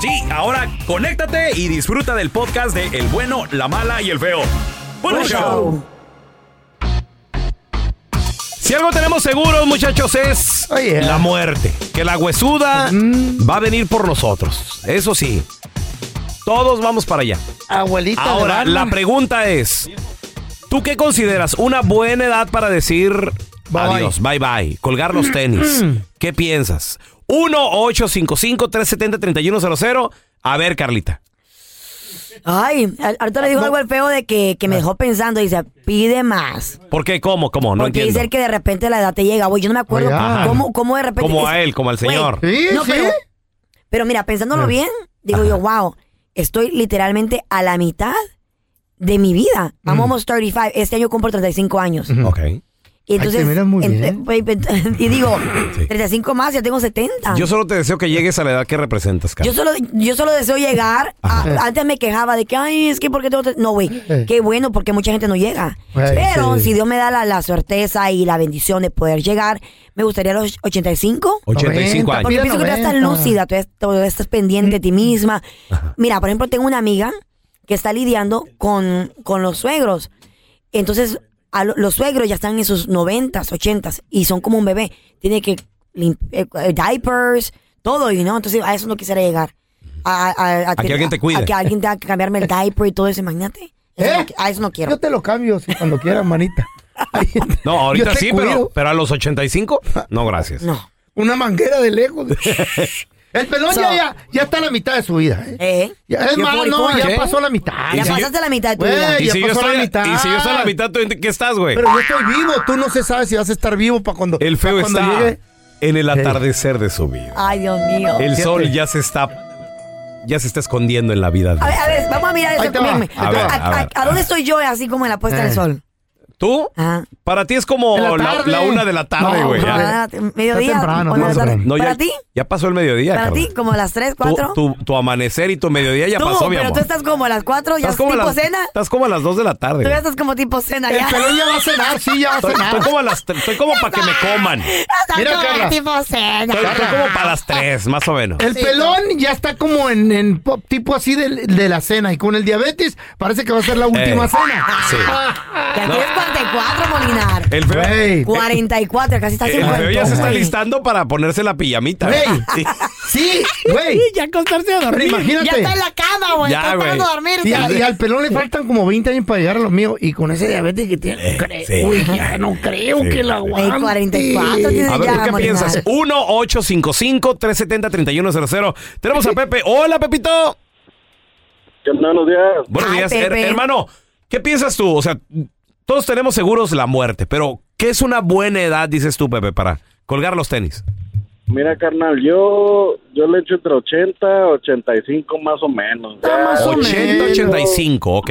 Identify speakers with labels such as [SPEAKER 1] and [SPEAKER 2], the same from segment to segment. [SPEAKER 1] Sí, ahora conéctate y disfruta del podcast de El bueno, la mala y el feo. Buen show. Si algo tenemos seguro, muchachos, es
[SPEAKER 2] Oh, yeah. Mm.
[SPEAKER 1] la muerte. Que la huesuda va a venir por nosotros. Eso sí. Todos vamos para allá.
[SPEAKER 2] Abuelita. de
[SPEAKER 1] Ahora,
[SPEAKER 2] Batman.
[SPEAKER 1] la pregunta es: ¿tú qué consideras una buena edad para decir
[SPEAKER 2] Bye,
[SPEAKER 1] adiós, bye bye, colgar los tenis? ¿Qué piensas? 1-855-370-3100. A ver, Carlita.
[SPEAKER 3] Ay, a- ahorita le dijo algo al feo de que, que me dejó pensando. Dice, pide más.
[SPEAKER 1] ¿Por qué? ¿Cómo? ¿Cómo? No
[SPEAKER 3] Porque
[SPEAKER 1] entiendo.
[SPEAKER 3] dice que de repente la edad te llega. Güey, yo no me acuerdo
[SPEAKER 2] Oiga.
[SPEAKER 3] cómo, cómo de repente.
[SPEAKER 1] Como a
[SPEAKER 3] dice-
[SPEAKER 1] él, como al
[SPEAKER 3] Güey,
[SPEAKER 1] señor.
[SPEAKER 2] Sí,
[SPEAKER 3] No,
[SPEAKER 2] sí. Eh.
[SPEAKER 3] pero- Pero mira, pensándolo bien, digo yo, wow, estoy literalmente a la mitad de mi vida. I'm
[SPEAKER 2] Mm.
[SPEAKER 3] almost 35. Este año cumplo 35 años.
[SPEAKER 1] Ok.
[SPEAKER 3] Y entonces.
[SPEAKER 2] te miras muy
[SPEAKER 3] ent-
[SPEAKER 2] bien.
[SPEAKER 3] pues, ent- y digo,
[SPEAKER 1] Sí.
[SPEAKER 3] 35 más, ya tengo 70.
[SPEAKER 1] Yo solo te deseo que llegues a la edad que representas,
[SPEAKER 3] Ah. Yo
[SPEAKER 1] Carlita.
[SPEAKER 3] solo, yo solo deseo llegar. a-
[SPEAKER 2] Ajá.
[SPEAKER 3] antes me quejaba de que, ay, es que porque tengo. tre-". No, güey.
[SPEAKER 2] Eh.
[SPEAKER 3] Qué bueno, porque mucha gente no llega.
[SPEAKER 2] Eh,
[SPEAKER 3] Pero
[SPEAKER 2] sí.
[SPEAKER 3] si Dios me da la, la certeza y la bendición de poder llegar, me gustaría a los 85.
[SPEAKER 1] 85
[SPEAKER 2] 90,
[SPEAKER 1] años.
[SPEAKER 3] Porque
[SPEAKER 2] Mira,
[SPEAKER 3] pienso que tú estás
[SPEAKER 2] 90.
[SPEAKER 3] lúcida, tú, tú estás pendiente de ti misma. Mira, por ejemplo, tengo una amiga que está lidiando con, con los suegros. Entonces, a lo- los suegros ya están en sus noventas, ochentas, y son como un bebé. Tiene que lim- eh, eh, diapers, todo, y no, entonces a eso no quisiera llegar. A, a- a- a-
[SPEAKER 1] que alguien te cuide.
[SPEAKER 3] A que alguien tenga que cambiarme el diaper y todo eso, imagínate. Eso
[SPEAKER 2] ¿Eh?
[SPEAKER 3] no qui- a eso no quiero.
[SPEAKER 2] Yo te lo cambio si cuando quieras, manita. Ahí está.
[SPEAKER 1] No, ahorita
[SPEAKER 2] Yo te
[SPEAKER 1] sí,
[SPEAKER 2] cuido.
[SPEAKER 1] pero, pero a los 85, no, gracias.
[SPEAKER 3] No.
[SPEAKER 2] Una manguera de lejos. El pelón
[SPEAKER 3] So-
[SPEAKER 2] ya, ya, ya está a la mitad de su vida. ¿eh?
[SPEAKER 3] ¿Eh?
[SPEAKER 2] Ya, es
[SPEAKER 3] Yo
[SPEAKER 2] más, no,
[SPEAKER 3] 44,
[SPEAKER 2] ya
[SPEAKER 3] ¿eh?
[SPEAKER 2] pasó la mitad.
[SPEAKER 3] Ya
[SPEAKER 1] si yo-
[SPEAKER 3] pasaste la mitad de tu
[SPEAKER 2] Güey,
[SPEAKER 3] vida.
[SPEAKER 1] Y
[SPEAKER 2] Ya
[SPEAKER 1] si, yo
[SPEAKER 2] pasó
[SPEAKER 1] estoy,
[SPEAKER 2] la mitad.
[SPEAKER 1] y si yo estoy a la mitad, ¿tú en qué estás, güey?
[SPEAKER 2] Pero yo estoy vivo, tú no se sabes si vas a estar vivo para cuando,
[SPEAKER 1] El feo
[SPEAKER 2] pa' cuando
[SPEAKER 1] está
[SPEAKER 2] llegue.
[SPEAKER 1] en el atardecer de su vida.
[SPEAKER 3] Ay, Dios mío.
[SPEAKER 1] El
[SPEAKER 2] Fíjate.
[SPEAKER 1] sol ya se está ya se está escondiendo en la vida.
[SPEAKER 3] A
[SPEAKER 1] De...
[SPEAKER 3] ver, a ver, vamos a mirar
[SPEAKER 2] Ahí
[SPEAKER 3] eso.
[SPEAKER 2] te va,
[SPEAKER 3] mírame.
[SPEAKER 2] ahí
[SPEAKER 1] te
[SPEAKER 3] ¿A,
[SPEAKER 1] va.
[SPEAKER 3] a-
[SPEAKER 1] A ver,
[SPEAKER 3] a- a dónde estoy yo así como en la puesta del
[SPEAKER 2] Eh.
[SPEAKER 3] sol?
[SPEAKER 1] ¿Tú?
[SPEAKER 3] Ajá.
[SPEAKER 1] Para ti es como
[SPEAKER 2] En la
[SPEAKER 1] la,
[SPEAKER 2] tarde.
[SPEAKER 1] la una de la tarde,
[SPEAKER 2] No,
[SPEAKER 1] güey.
[SPEAKER 2] no,
[SPEAKER 1] ya.
[SPEAKER 3] Ah, mediodía.
[SPEAKER 2] Está temprano,
[SPEAKER 3] una de la
[SPEAKER 2] más o
[SPEAKER 3] tarde.
[SPEAKER 2] menos.
[SPEAKER 1] No, ya-
[SPEAKER 3] Para ti,
[SPEAKER 1] Ya pasó el mediodía.
[SPEAKER 3] para ti,
[SPEAKER 1] Carla.
[SPEAKER 3] como a las
[SPEAKER 1] Tu-
[SPEAKER 3] 3, 4.
[SPEAKER 1] Tu, tu amanecer y tu mediodía ya pasó, mi
[SPEAKER 3] pero
[SPEAKER 1] amor.
[SPEAKER 3] tú estás como a las 4, ya
[SPEAKER 1] Estás
[SPEAKER 3] es tipo
[SPEAKER 1] como a las,
[SPEAKER 3] cena.
[SPEAKER 1] estás como a las dos de la tarde.
[SPEAKER 3] Tú
[SPEAKER 1] güey.
[SPEAKER 3] ya estás como tipo cena
[SPEAKER 2] El
[SPEAKER 3] ya.
[SPEAKER 2] pelón ya va a cenar, sí, ya va a
[SPEAKER 1] Estoy,
[SPEAKER 2] cenar.
[SPEAKER 1] estoy como a las tre- estoy como para que me coman. Estoy,
[SPEAKER 3] Estás
[SPEAKER 2] Mira,
[SPEAKER 3] como
[SPEAKER 2] Carla.
[SPEAKER 3] tipo cena.
[SPEAKER 1] estoy como para las tres, más o menos.
[SPEAKER 2] El pelón ya está como en, en pop- tipo así de, de la cena. Y con el diabetes parece que va a ser la última
[SPEAKER 1] Eh,
[SPEAKER 2] cena.
[SPEAKER 1] sí.
[SPEAKER 3] Ya
[SPEAKER 1] No.
[SPEAKER 3] tienes 44, Molinar.
[SPEAKER 1] El feo,
[SPEAKER 2] Güey.
[SPEAKER 3] 44, casi estás
[SPEAKER 1] el
[SPEAKER 3] 50.
[SPEAKER 1] feo ya se está
[SPEAKER 3] güey.
[SPEAKER 1] listando para ponerse la pijamita.
[SPEAKER 2] Güey.
[SPEAKER 1] güey. Sí.
[SPEAKER 2] Sí, güey.
[SPEAKER 4] ya acostarse a
[SPEAKER 2] Pero
[SPEAKER 4] dormir.
[SPEAKER 2] imagínate.
[SPEAKER 3] Ya está en la cama, güey.
[SPEAKER 5] Ya,
[SPEAKER 3] Está esperando
[SPEAKER 5] güey.
[SPEAKER 3] dormir.
[SPEAKER 2] Y, a- y al pelón le faltan como 20 años para llegar a los míos. Y con ese diabetes que
[SPEAKER 5] Eh,
[SPEAKER 2] tiene. cre-
[SPEAKER 4] sí.
[SPEAKER 2] Uy, ya no creo
[SPEAKER 4] Sí.
[SPEAKER 2] que la
[SPEAKER 3] Güey,
[SPEAKER 2] aguante.
[SPEAKER 3] 44 tiene
[SPEAKER 5] A ver,
[SPEAKER 3] ya,
[SPEAKER 5] ¿tú qué
[SPEAKER 3] Molinar.
[SPEAKER 5] piensas? 1-855-370-3100. Tenemos a Pepe. Hola, Pepito.
[SPEAKER 6] Buenos días.
[SPEAKER 5] Buenos
[SPEAKER 3] Ay,
[SPEAKER 5] días, her-
[SPEAKER 3] Pepe.
[SPEAKER 5] hermano. ¿Qué piensas tú? O sea, todos tenemos seguros la muerte, pero ¿qué es una buena edad, dices tú, Pepe, para colgar los tenis?
[SPEAKER 6] Mira, carnal, yo, yo le echo entre 80, 85 más o menos. Ya,
[SPEAKER 2] Ah, más o
[SPEAKER 5] 80,
[SPEAKER 2] menos.
[SPEAKER 5] 85, ok.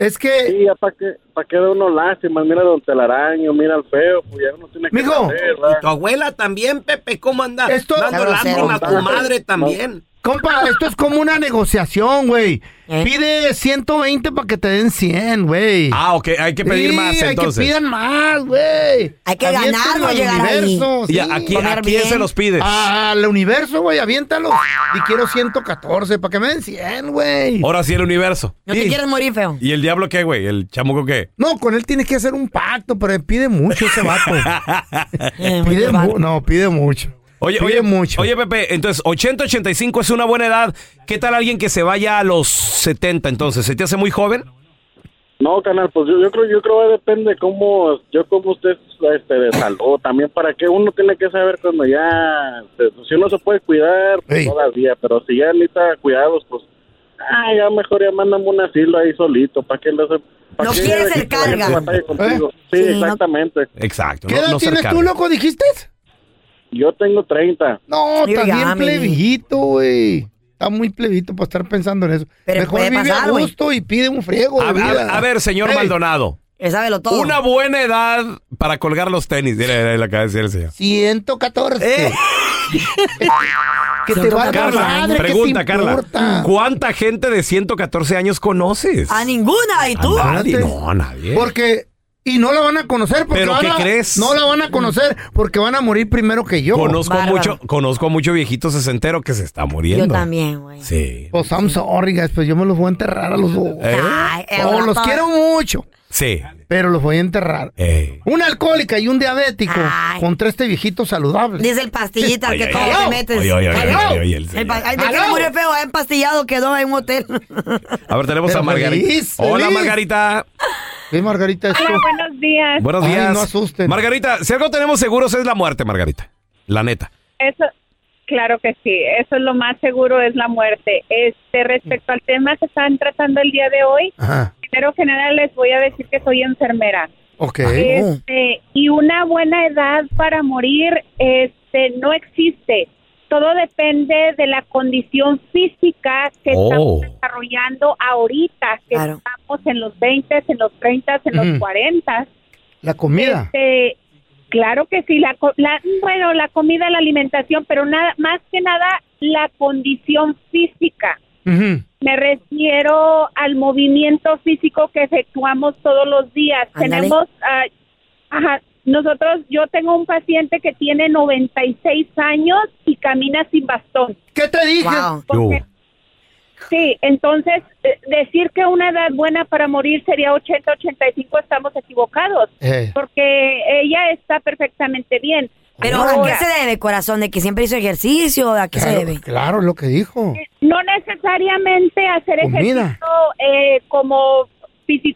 [SPEAKER 2] Es que,
[SPEAKER 6] Sí, ya para que, pa' que da uno lástimas. Mira Don Telaraño, mira al feo, pues ya uno tiene que
[SPEAKER 2] Mijo.
[SPEAKER 6] hacer, ¿verdad?
[SPEAKER 7] abuela también, Pepe, ¿cómo anda?
[SPEAKER 2] Esto-
[SPEAKER 7] Dando
[SPEAKER 3] Está grosero.
[SPEAKER 7] lástima a tu madre también.
[SPEAKER 2] compa, esto es como una negociación, güey.
[SPEAKER 3] ¿Eh?
[SPEAKER 2] Pide 120 para que te den 100, güey.
[SPEAKER 5] Ah, ok, hay que pedir
[SPEAKER 2] Sí,
[SPEAKER 5] más
[SPEAKER 2] hay
[SPEAKER 5] entonces.
[SPEAKER 2] que pidan más, güey.
[SPEAKER 3] Hay que
[SPEAKER 2] Aviéntalo
[SPEAKER 3] ganarlo,
[SPEAKER 2] al
[SPEAKER 3] llegar ahí.
[SPEAKER 2] universo,
[SPEAKER 5] Ya,
[SPEAKER 2] sí.
[SPEAKER 5] ¿A quién, a
[SPEAKER 3] Comer
[SPEAKER 5] quién
[SPEAKER 3] bien.
[SPEAKER 5] se los pides?
[SPEAKER 2] Al universo, güey, aviéntalo. Y quiero 114 para que me den 100, güey.
[SPEAKER 5] Ahora sí el universo.
[SPEAKER 3] No te
[SPEAKER 5] Sí.
[SPEAKER 3] quieres morir, feo.
[SPEAKER 5] ¿Y el diablo qué, güey? ¿El chamuco qué?
[SPEAKER 2] No, con él tienes que hacer un pacto, pero pide mucho ese vato.
[SPEAKER 3] Eh, muy
[SPEAKER 2] pide
[SPEAKER 3] mal.
[SPEAKER 2] mu- no, pide mucho.
[SPEAKER 5] Oye,
[SPEAKER 2] Pide
[SPEAKER 5] oye,
[SPEAKER 2] mucho.
[SPEAKER 5] oye, Pepe, entonces 80-85 es una buena edad. ¿Qué tal alguien que se vaya a los 70 entonces? ¿Se te hace muy joven?
[SPEAKER 6] No, carnal, pues yo, yo creo yo creo que depende cómo, yo como usted este, de salud. También para que uno tiene que saber cuando ya, este, si uno se puede cuidar, pues,
[SPEAKER 2] Ey.
[SPEAKER 6] todavía, pero si ya necesita cuidados, pues, ah, ya mejor ya mándame un asilo ahí solito, para que le hace- pa'
[SPEAKER 3] No
[SPEAKER 6] que-
[SPEAKER 3] quieres el
[SPEAKER 6] para que
[SPEAKER 3] carga.
[SPEAKER 6] se vaya contigo. Sí,
[SPEAKER 3] Sí, no-
[SPEAKER 6] exactamente.
[SPEAKER 5] ¿Eh? Exacto.
[SPEAKER 2] ¿Qué
[SPEAKER 5] no-
[SPEAKER 2] edad
[SPEAKER 5] no ser
[SPEAKER 2] tienes
[SPEAKER 5] caro.
[SPEAKER 2] tú, loco, dijiste?
[SPEAKER 6] Yo tengo 30.
[SPEAKER 2] No,
[SPEAKER 3] Yo
[SPEAKER 2] está
[SPEAKER 3] ya,
[SPEAKER 2] bien
[SPEAKER 3] mi-
[SPEAKER 2] plebillito, güey. Está muy plebillito para estar pensando en eso.
[SPEAKER 3] Pero
[SPEAKER 2] Mejor
[SPEAKER 3] puede
[SPEAKER 2] vive
[SPEAKER 3] pasar,
[SPEAKER 2] a
[SPEAKER 3] güey.
[SPEAKER 2] gusto y pide un friego.
[SPEAKER 5] A,
[SPEAKER 2] de vida.
[SPEAKER 5] a- a ver, señor
[SPEAKER 2] Ey,
[SPEAKER 5] Maldonado.
[SPEAKER 3] Eh, Sábelo todo.
[SPEAKER 5] Una buena edad para colgar los tenis. Mira, mira, la cabeza del señor.
[SPEAKER 2] 114.
[SPEAKER 5] Eh.
[SPEAKER 2] que te va a
[SPEAKER 5] Carla,
[SPEAKER 2] madre,
[SPEAKER 5] pregunta,
[SPEAKER 2] ¿qué te importa?
[SPEAKER 5] Carla. ¿Cuánta gente de 114 años conoces?
[SPEAKER 3] A ninguna, ¿y
[SPEAKER 5] ¿A
[SPEAKER 3] Ah, tú?
[SPEAKER 5] nadie? No, a nadie.
[SPEAKER 2] Porque. Y no la van a conocer porque
[SPEAKER 5] ¿Pero
[SPEAKER 2] van
[SPEAKER 5] qué
[SPEAKER 2] a-
[SPEAKER 5] crees?
[SPEAKER 2] no la van a conocer porque van a morir primero que yo.
[SPEAKER 5] Conozco
[SPEAKER 3] Bárbaro.
[SPEAKER 5] mucho, conozco a mucho viejito sesentero que se está muriendo.
[SPEAKER 3] Yo también, güey.
[SPEAKER 5] Sí.
[SPEAKER 2] Pues I'm sorry, guys, pues yo me los voy a enterrar a los dos.
[SPEAKER 5] ¿Eh?
[SPEAKER 3] Ay, eh,
[SPEAKER 2] Oh,
[SPEAKER 3] ahora
[SPEAKER 2] los
[SPEAKER 3] todo-
[SPEAKER 2] quiero mucho,
[SPEAKER 5] Sí.
[SPEAKER 2] pero los voy a enterrar.
[SPEAKER 5] Eh.
[SPEAKER 2] Una alcohólica y un diabético
[SPEAKER 3] Ay.
[SPEAKER 2] contra este viejito saludable.
[SPEAKER 3] Dice el pastillita al
[SPEAKER 5] Ay,
[SPEAKER 3] que
[SPEAKER 5] ay,
[SPEAKER 3] todo
[SPEAKER 5] ay.
[SPEAKER 3] te metes.
[SPEAKER 5] Oye, oye, oye,
[SPEAKER 3] Hello.
[SPEAKER 5] oye, oye, el
[SPEAKER 3] El pa-
[SPEAKER 5] señor.
[SPEAKER 3] ay, ¿De qué
[SPEAKER 2] Hello.
[SPEAKER 3] murió feo? Empastillado quedó en un hotel.
[SPEAKER 5] A ver, tenemos
[SPEAKER 2] Pero
[SPEAKER 5] a Margarita.
[SPEAKER 2] feliz,
[SPEAKER 5] Hola,
[SPEAKER 2] feliz.
[SPEAKER 5] Margarita.
[SPEAKER 2] Sí, Margarita, esto.
[SPEAKER 8] buenos días.
[SPEAKER 5] Buenos
[SPEAKER 2] Ay,
[SPEAKER 5] días.
[SPEAKER 2] no asusten.
[SPEAKER 5] Margarita, si algo tenemos seguros es la muerte, Margarita. La neta.
[SPEAKER 8] Eso, claro que sí, eso es lo más seguro, es la muerte. Este, respecto al tema que están tratando el día de hoy,
[SPEAKER 2] Ajá,
[SPEAKER 8] primero que nada les voy a decir que soy enfermera.
[SPEAKER 2] ok. Uh,
[SPEAKER 8] Este, y una buena edad para morir, este, no existe. Todo depende de la condición física que
[SPEAKER 5] Oh.
[SPEAKER 8] estamos desarrollando ahorita, que
[SPEAKER 3] Claro.
[SPEAKER 8] estamos en los 20, en los 30, en
[SPEAKER 2] Ujú.
[SPEAKER 8] los 40.
[SPEAKER 2] La comida.
[SPEAKER 8] Este, claro que sí, la, co- la- bueno, la comida, la alimentación, pero nada, más que nada la condición física.
[SPEAKER 2] Ujú.
[SPEAKER 8] Me refiero al movimiento físico que efectuamos todos los días.
[SPEAKER 3] Ándale.
[SPEAKER 8] Tenemos, ah, ajá, nosotros, yo tengo un paciente que tiene 96 años y camina sin bastón.
[SPEAKER 2] ¿Qué te dije?
[SPEAKER 3] Wow.
[SPEAKER 8] Porque- Sí, entonces eh, decir que una edad buena para morir sería 80, 85, estamos equivocados
[SPEAKER 2] Eh,
[SPEAKER 8] porque ella está perfectamente bien.
[SPEAKER 3] Pero ¿a qué
[SPEAKER 8] Ahora,
[SPEAKER 3] se debe, corazón? ¿De que siempre hizo ejercicio? ¿A qué se
[SPEAKER 2] claro,
[SPEAKER 3] debe?
[SPEAKER 2] claro, lo que dijo.
[SPEAKER 8] no necesariamente hacer
[SPEAKER 2] Comida.
[SPEAKER 8] ejercicio eh, como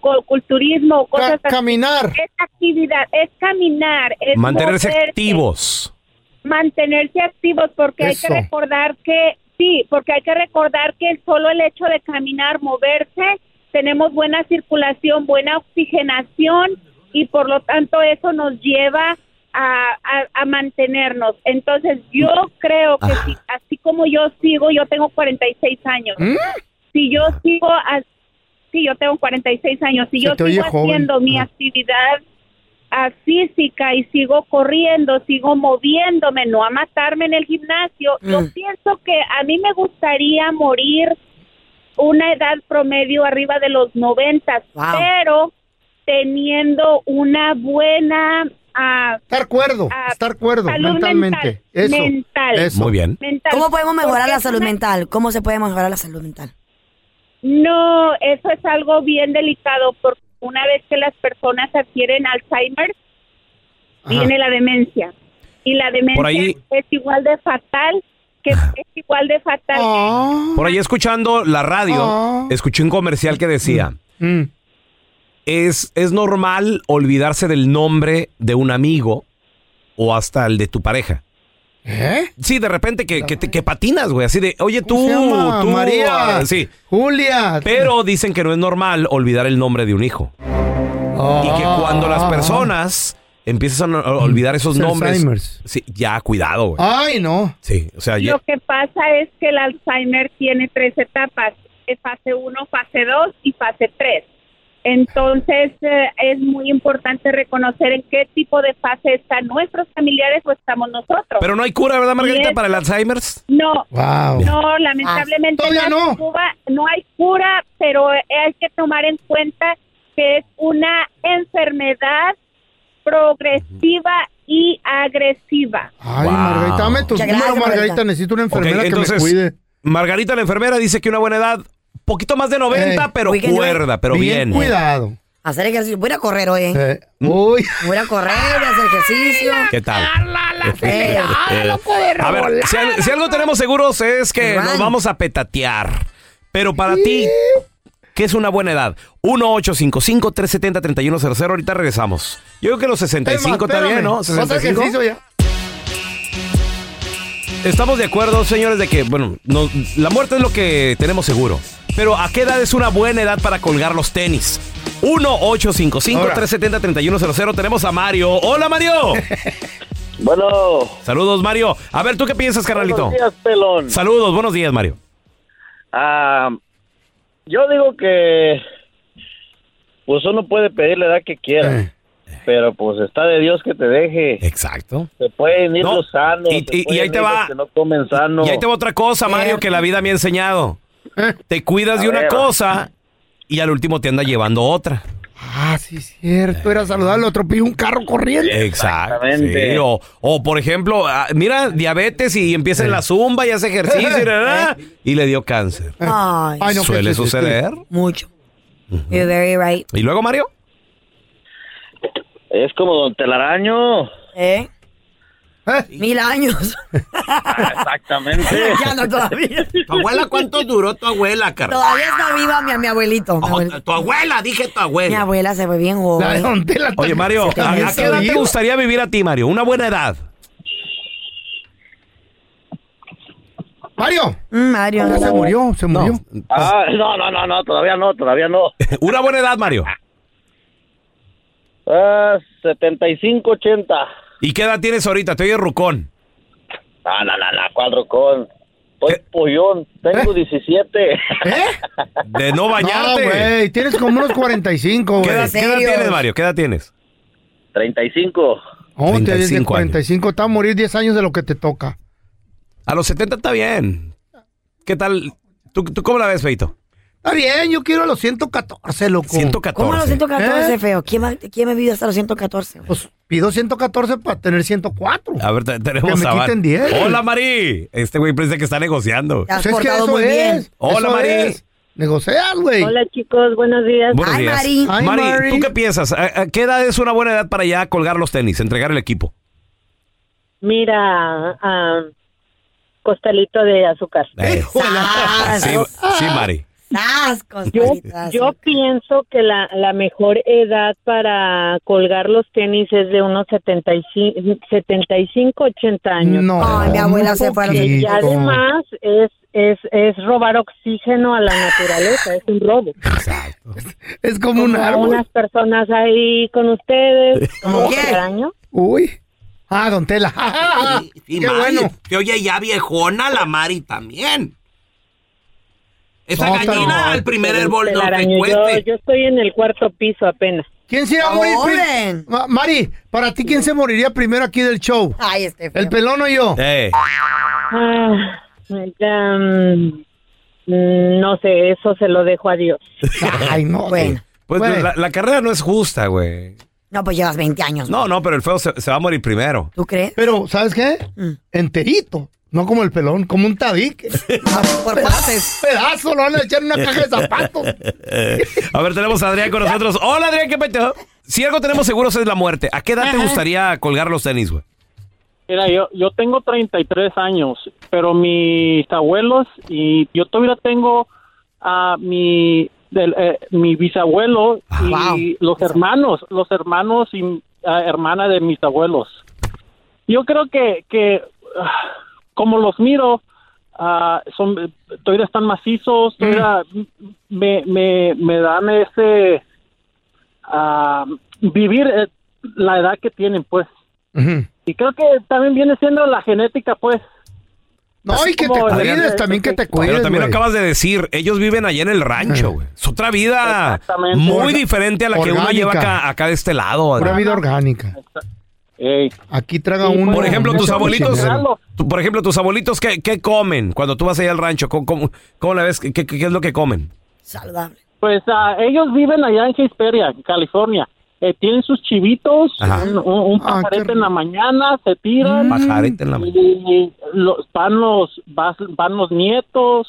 [SPEAKER 8] fisicoculturismo o
[SPEAKER 2] Ca-
[SPEAKER 8] cosas así.
[SPEAKER 2] caminar.
[SPEAKER 8] Es actividad, es caminar, es
[SPEAKER 5] Mantenerse
[SPEAKER 8] moverse,
[SPEAKER 5] activos.
[SPEAKER 8] Mantenerse activos porque
[SPEAKER 2] Eso.
[SPEAKER 8] hay que recordar que sí, porque hay que recordar que solo el hecho de caminar, moverse, tenemos buena circulación, buena oxigenación y por lo tanto eso nos lleva a, a- a mantenernos. Entonces yo creo que si- así como yo sigo, yo tengo 46 años.
[SPEAKER 9] ¿Mm?
[SPEAKER 10] ¿Mm?
[SPEAKER 8] Si yo sigo, a- sí, yo tengo 46 años. Si
[SPEAKER 2] Se
[SPEAKER 8] yo
[SPEAKER 2] te oye
[SPEAKER 8] sigo
[SPEAKER 2] joven.
[SPEAKER 8] haciendo mi
[SPEAKER 2] Ah.
[SPEAKER 8] actividad ah, física y sigo corriendo, sigo moviéndome, no a matarme en el gimnasio,
[SPEAKER 3] Mm.
[SPEAKER 8] yo pienso que a mí me gustaría morir una edad promedio arriba de los 90,
[SPEAKER 3] Wow.
[SPEAKER 8] pero teniendo una buena ah,
[SPEAKER 2] Estar cuerdo,
[SPEAKER 8] Ah,
[SPEAKER 2] estar cuerdo
[SPEAKER 8] salud
[SPEAKER 2] mentalmente.
[SPEAKER 8] mental,
[SPEAKER 2] Eso,
[SPEAKER 8] mental.
[SPEAKER 2] eso.
[SPEAKER 5] Muy bien.
[SPEAKER 8] mental.
[SPEAKER 3] ¿Cómo podemos mejorar
[SPEAKER 8] Porque
[SPEAKER 3] la
[SPEAKER 8] es
[SPEAKER 3] salud
[SPEAKER 8] una-
[SPEAKER 3] mental? ¿Cómo se puede mejorar la salud mental?
[SPEAKER 8] No, eso es algo bien delicado porque una vez que las personas adquieren Alzheimer,
[SPEAKER 2] Ajá.
[SPEAKER 8] viene la demencia. Y la demencia
[SPEAKER 5] ahí-
[SPEAKER 8] es igual de fatal
[SPEAKER 11] que es igual de fatal.
[SPEAKER 5] Por ahí escuchando la radio,
[SPEAKER 2] Ah.
[SPEAKER 11] Oh.
[SPEAKER 5] escuché un comercial que decía, es, es normal olvidarse del nombre de un amigo o hasta el de tu pareja.
[SPEAKER 2] ¿Eh?
[SPEAKER 5] Sí, de repente que, que, te- que patinas, güey, así de, oye tú,
[SPEAKER 2] se llama?
[SPEAKER 5] tú,
[SPEAKER 2] María.
[SPEAKER 5] ah, sí.
[SPEAKER 2] Julia.
[SPEAKER 5] Pero dicen que no es normal olvidar el nombre de un hijo. Y que
[SPEAKER 2] Ah.
[SPEAKER 5] cuando las personas empiezan a a olvidar esos
[SPEAKER 2] Es
[SPEAKER 5] nombres,
[SPEAKER 2] Alzheimer's.
[SPEAKER 5] sí, ya cuidado, güey.
[SPEAKER 2] Ay, no.
[SPEAKER 5] Sí, o sea, ya-
[SPEAKER 11] Lo que pasa es que el Alzheimer tiene tres etapas, eh, fase 1, fase 2 y fase 3. Entonces eh, es muy importante reconocer en qué tipo de fase están nuestros familiares o estamos nosotros.
[SPEAKER 5] Pero no hay cura, ¿verdad,
[SPEAKER 11] Y
[SPEAKER 5] Margarita,
[SPEAKER 11] es-
[SPEAKER 5] para el Alzheimer's?
[SPEAKER 11] No,
[SPEAKER 2] Wow. Ah,
[SPEAKER 11] no, lamentablemente
[SPEAKER 2] todavía
[SPEAKER 11] no,
[SPEAKER 2] no.
[SPEAKER 11] en Cuba no hay cura, pero hay que tomar en cuenta que es una enfermedad progresiva y agresiva.
[SPEAKER 2] Ay,
[SPEAKER 5] Wow.
[SPEAKER 2] Margarita, dame tu
[SPEAKER 3] Muchas
[SPEAKER 2] número,
[SPEAKER 3] gracias,
[SPEAKER 2] Margarita.
[SPEAKER 3] Margarita.
[SPEAKER 2] Necesito una enfermera
[SPEAKER 5] Ok,
[SPEAKER 2] que me
[SPEAKER 5] entonces,
[SPEAKER 2] cuide.
[SPEAKER 5] Margarita, la enfermera, dice que una buena edad, poquito más de 90,
[SPEAKER 2] Ey.
[SPEAKER 5] pero
[SPEAKER 3] Uy, que no-
[SPEAKER 5] cuerda, pero bien.
[SPEAKER 2] Eh,
[SPEAKER 5] Mm.
[SPEAKER 2] Cuidado.
[SPEAKER 3] Hacer ejercicio. Voy a ir a correr hoy, ¿eh?
[SPEAKER 2] Eh, uy.
[SPEAKER 3] Voy a ir a correr, voy a hacer ejercicio.
[SPEAKER 5] ¿Qué tal?
[SPEAKER 3] Eh,
[SPEAKER 2] ah,
[SPEAKER 5] Eh, a ver, si, al- si algo tenemos seguros es que
[SPEAKER 3] Ran.
[SPEAKER 5] nos vamos a petatear. Pero para ti, ¿qué es una buena edad? 1-855-370-3100. Ahorita regresamos. Yo creo que los 65 está bien, ¿no?
[SPEAKER 2] ¿Vas a hacer
[SPEAKER 5] 65.
[SPEAKER 2] ejercicio ya?
[SPEAKER 5] Estamos de acuerdo, señores, de que, bueno, no- la muerte es lo que tenemos seguro. Pero ¿a qué edad es una buena edad para colgar los tenis? 1-855-370-3100. Tenemos a Mario. ¡Hola, Mario!
[SPEAKER 12] Bueno,
[SPEAKER 5] Saludos, Mario. A ver, ¿tú qué piensas, carnalito?
[SPEAKER 12] buenos días, pelón.
[SPEAKER 5] Saludos, buenos días, Mario.
[SPEAKER 12] Ah, yo digo que pues uno puede pedir la edad que quiera,
[SPEAKER 2] Eh.
[SPEAKER 12] pero pues está de Dios que te deje.
[SPEAKER 5] Exacto.
[SPEAKER 12] Se pueden ir
[SPEAKER 5] No,
[SPEAKER 12] los sanos.
[SPEAKER 5] y-
[SPEAKER 12] se
[SPEAKER 5] y- y
[SPEAKER 12] pueden
[SPEAKER 5] ahí te
[SPEAKER 12] ir
[SPEAKER 5] va.
[SPEAKER 12] los Que no comen sano.
[SPEAKER 5] Y ahí te va otra cosa, Mario, que la vida me ha enseñado. Te cuidas de
[SPEAKER 12] A
[SPEAKER 5] una
[SPEAKER 12] ver.
[SPEAKER 5] cosa y al último te anda llevando otra.
[SPEAKER 2] Ah, sí, cierto. Era saludable. Atropelló un carro corriendo.
[SPEAKER 5] Exacto.
[SPEAKER 12] Exactamente.
[SPEAKER 5] sí. O, o, por ejemplo, ah, mira, diabetes y empieza en la zumba y hace ejercicio y, la, la, y le dio cáncer.
[SPEAKER 3] Ay,
[SPEAKER 2] Ay, no,
[SPEAKER 5] Suele
[SPEAKER 2] qué triste.
[SPEAKER 5] suceder.
[SPEAKER 3] mucho. You're very right.
[SPEAKER 5] ¿Y luego, Mario?
[SPEAKER 12] Es como Don Telaraño.
[SPEAKER 3] ¿Eh?
[SPEAKER 2] Eh,
[SPEAKER 3] Mil años.
[SPEAKER 12] Exactamente.
[SPEAKER 3] ya no todavía.
[SPEAKER 13] ¿Tu abuela cuánto duró tu abuela, carnal?
[SPEAKER 3] Todavía está viva mi, mi abuelito. Mi
[SPEAKER 13] Oh,
[SPEAKER 3] abuelito.
[SPEAKER 13] tu abuela, dije tu
[SPEAKER 3] Mi
[SPEAKER 13] abuela.
[SPEAKER 3] abuela se fue bien
[SPEAKER 2] la de
[SPEAKER 3] joven.
[SPEAKER 2] Don Tela
[SPEAKER 5] Oye,
[SPEAKER 2] también.
[SPEAKER 5] Mario, ¿a, a qué edad te gustaría vivir a ti, Mario? Una buena edad.
[SPEAKER 2] Mario.
[SPEAKER 3] Mm, Mario.
[SPEAKER 2] Ya se murió, se murió.
[SPEAKER 12] Ah, no, no, no, no, todavía no, todavía no.
[SPEAKER 5] Una buena edad, Mario.
[SPEAKER 12] Ah, 75, 80.
[SPEAKER 5] ¿Y qué edad tienes ahorita? Te oye rucón.
[SPEAKER 12] No, no, no, no, cuatro con. Soy
[SPEAKER 5] ¿Qué?
[SPEAKER 12] pollón, tengo 17.
[SPEAKER 2] ¿Eh?
[SPEAKER 5] De no bañarte.
[SPEAKER 2] No, güey. Tienes como unos 45,
[SPEAKER 5] ¿Qué
[SPEAKER 2] güey.
[SPEAKER 5] edad,
[SPEAKER 3] ¿En
[SPEAKER 5] qué edad
[SPEAKER 3] serio?
[SPEAKER 5] tienes, Mario? ¿Qué edad tienes?
[SPEAKER 12] 35.
[SPEAKER 2] Oh, te
[SPEAKER 5] 35
[SPEAKER 2] desde
[SPEAKER 5] años.
[SPEAKER 2] 45. Te vas a morir 10 años de lo que te toca.
[SPEAKER 5] A los 70 está bien. ¿Qué tal? ¿Tú, tú cómo la ves, Feito?
[SPEAKER 2] Está bien, yo quiero a los 114, loco.
[SPEAKER 5] 114.
[SPEAKER 3] ¿Cómo a los 114,
[SPEAKER 2] ¿Eh?
[SPEAKER 3] feo? ¿Quién, va- ¿Quién me vivió hasta los 114?
[SPEAKER 2] Pues pido 114 para tener 104.
[SPEAKER 5] A ver, te- tenemos
[SPEAKER 2] Que me
[SPEAKER 5] a Van.
[SPEAKER 2] quiten 10.
[SPEAKER 5] Hola, Mari. Este güey parece que está negociando.
[SPEAKER 3] Te has
[SPEAKER 2] Pues es que
[SPEAKER 3] portado muy bien.
[SPEAKER 5] Hola,
[SPEAKER 2] eso
[SPEAKER 5] Mari.
[SPEAKER 2] es. Negociar, güey.
[SPEAKER 11] Hola chicos, buenos días.
[SPEAKER 5] Buenos
[SPEAKER 3] Ay,
[SPEAKER 5] días.
[SPEAKER 3] Mari.
[SPEAKER 2] Ay,
[SPEAKER 5] Mari,
[SPEAKER 2] Mari.
[SPEAKER 5] ¿tú qué piensas? ¿A, a qué edad es una buena edad para ya colgar los tenis, entregar el equipo?
[SPEAKER 11] Mira, ah, costalito de azúcar.
[SPEAKER 5] Eh,
[SPEAKER 3] Sas,
[SPEAKER 5] Sí, sí, Mari.
[SPEAKER 3] sas,
[SPEAKER 11] Yo,
[SPEAKER 3] costarita,
[SPEAKER 11] yo pienso que la, la mejor edad para colgar los tenis es de unos 75, 75 80 años.
[SPEAKER 2] No.
[SPEAKER 3] Ay, mi abuela se fue a los
[SPEAKER 2] poquito.
[SPEAKER 11] Y además es, es, es robar oxígeno a la naturaleza, es un robo.
[SPEAKER 2] Es como un
[SPEAKER 11] Como
[SPEAKER 2] árbol.
[SPEAKER 11] Unas personas ahí con ustedes,
[SPEAKER 3] ¿Cómo
[SPEAKER 11] como
[SPEAKER 3] qué?
[SPEAKER 11] extraño.
[SPEAKER 2] Uy. Ah, don Tela.
[SPEAKER 13] Sí, sí,
[SPEAKER 2] Qué
[SPEAKER 13] Mari.
[SPEAKER 2] bueno.
[SPEAKER 13] Te oye ya viejona la Mari también. Esa
[SPEAKER 2] No, pero no.
[SPEAKER 13] gallina al primer árbol no te
[SPEAKER 11] Telaraño, Este, yo,
[SPEAKER 13] cueste.
[SPEAKER 11] yo estoy en el cuarto piso apenas.
[SPEAKER 2] ¿Quién se iba a morir? pri-
[SPEAKER 3] Orden.
[SPEAKER 2] Ma- Mari, para ti, ¿quién se moriría primero aquí del show?
[SPEAKER 3] Ay, este feo.
[SPEAKER 2] ¿El pelón o yo?
[SPEAKER 5] Eh,
[SPEAKER 11] Ah, ya, mm, mm, no sé, eso se lo dejo a Dios.
[SPEAKER 2] Ay, no.
[SPEAKER 3] Bueno.
[SPEAKER 5] pues
[SPEAKER 2] Güey.
[SPEAKER 5] la, la carrera no es justa, güey.
[SPEAKER 3] No, pues llevas 20 años.
[SPEAKER 5] No, no, pero el feo se, se va a morir primero.
[SPEAKER 3] ¿Tú crees?
[SPEAKER 2] Pero, ¿sabes qué?
[SPEAKER 3] Mm.
[SPEAKER 2] Enterito. No como el pelón, como un tabique.
[SPEAKER 3] Por partes.
[SPEAKER 2] Pedazo, lo van a echar en una caja de zapatos.
[SPEAKER 5] A ver, tenemos a Adrián con nosotros. Hola, Adrián, ¿qué pedo? Si algo tenemos seguros es la muerte. ¿A qué edad te gustaría colgar los tenis, güey?
[SPEAKER 12] Mira, yo, yo tengo 33 años, pero mis abuelos y yo todavía tengo a mi del, eh, mi bisabuelo y los hermanos, los hermanos y ah, hermana de mis abuelos. Yo creo que, que ah, como los miro, ah, son todavía están macizos, todavía me, me, me dan ese ah, vivir eh, la edad que tienen, pues. Y creo que también viene siendo la genética, pues.
[SPEAKER 2] No,
[SPEAKER 12] Así
[SPEAKER 2] y que te
[SPEAKER 12] como-
[SPEAKER 2] cuides, también que te cuides.
[SPEAKER 5] Pero también
[SPEAKER 2] güey.
[SPEAKER 5] acabas de decir, ellos viven allá en el rancho, güey. Es otra vida
[SPEAKER 12] Exactamente.
[SPEAKER 5] muy
[SPEAKER 12] Orga-
[SPEAKER 5] diferente a la que uno
[SPEAKER 2] orgánica.
[SPEAKER 5] lleva acá, acá de este lado.
[SPEAKER 2] Pura vida orgánica. Aquí traga uno.
[SPEAKER 5] Por ejemplo, tus
[SPEAKER 2] mucho
[SPEAKER 5] abuelitos,
[SPEAKER 2] cochinero.
[SPEAKER 5] tu- por ejemplo, tus abuelitos, ¿qué, qué comen cuando tú vas allá al rancho? ¿Cómo, cómo- cómo la ves? ¿Qué, qué- qué es lo que comen?
[SPEAKER 3] Saludable.
[SPEAKER 12] Pues ah, ellos viven allá en Hisperia, en California. Eh, tienen sus chivitos,
[SPEAKER 5] Ajá. Mm.
[SPEAKER 12] un, un- un
[SPEAKER 2] Ah,
[SPEAKER 12] pajarete en la mañana, se tiran.
[SPEAKER 5] Pajarete en la mañana.
[SPEAKER 12] Y los, van, los, vas- van los nietos,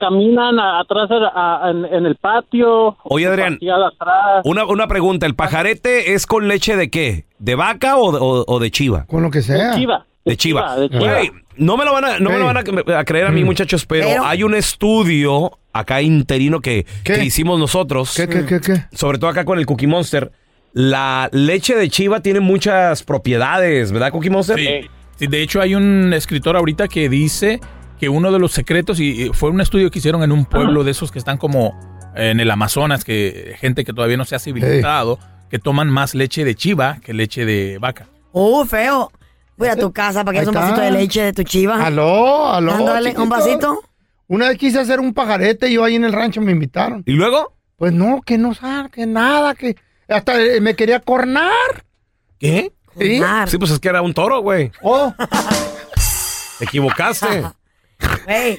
[SPEAKER 12] caminan a- atrás a- a- en, en el patio.
[SPEAKER 5] Oye, Adrián,
[SPEAKER 12] paseada atrás.
[SPEAKER 5] Una, una pregunta, ¿el pajarete es con leche de qué? ¿De vaca o, o- o de chiva?
[SPEAKER 2] Con lo que sea.
[SPEAKER 12] De chiva.
[SPEAKER 5] De chiva.
[SPEAKER 12] de chiva.
[SPEAKER 5] Güey, no me lo van a, no me lo van a, a creer a mí, muchachos, pero,
[SPEAKER 12] Pero-
[SPEAKER 5] hay un estudio acá interino que, que hicimos nosotros.
[SPEAKER 2] ¿Qué, qué, qué?
[SPEAKER 5] Sobre todo acá con el Cookie Monster. La leche de chiva tiene muchas propiedades, ¿verdad, Cookie Monster?
[SPEAKER 14] Sí. Sí, De hecho, hay un escritor ahorita que dice que uno de los secretos, y y fue un estudio que hicieron en un pueblo de esos que están como eh, en el Amazonas, que gente que todavía no se ha civilizado, que toman más leche de chiva que leche de vaca.
[SPEAKER 3] Uh, feo. Voy a tu casa para que
[SPEAKER 2] Ahí
[SPEAKER 3] hagas un
[SPEAKER 2] está.
[SPEAKER 3] vasito de leche de tu chiva.
[SPEAKER 2] Aló, aló.
[SPEAKER 3] Ándale, un
[SPEAKER 2] chiquito.
[SPEAKER 3] vasito.
[SPEAKER 2] Una vez quise hacer un pajarete y yo ahí en el rancho me invitaron.
[SPEAKER 5] ¿Y luego?
[SPEAKER 2] Pues no, que no sal, que nada, que hasta eh, me quería cornar.
[SPEAKER 5] ¿Qué?
[SPEAKER 2] ¿Sí?
[SPEAKER 5] Sí, pues es que era un toro, güey.
[SPEAKER 2] Oh.
[SPEAKER 5] Te equivocaste.
[SPEAKER 3] Ey,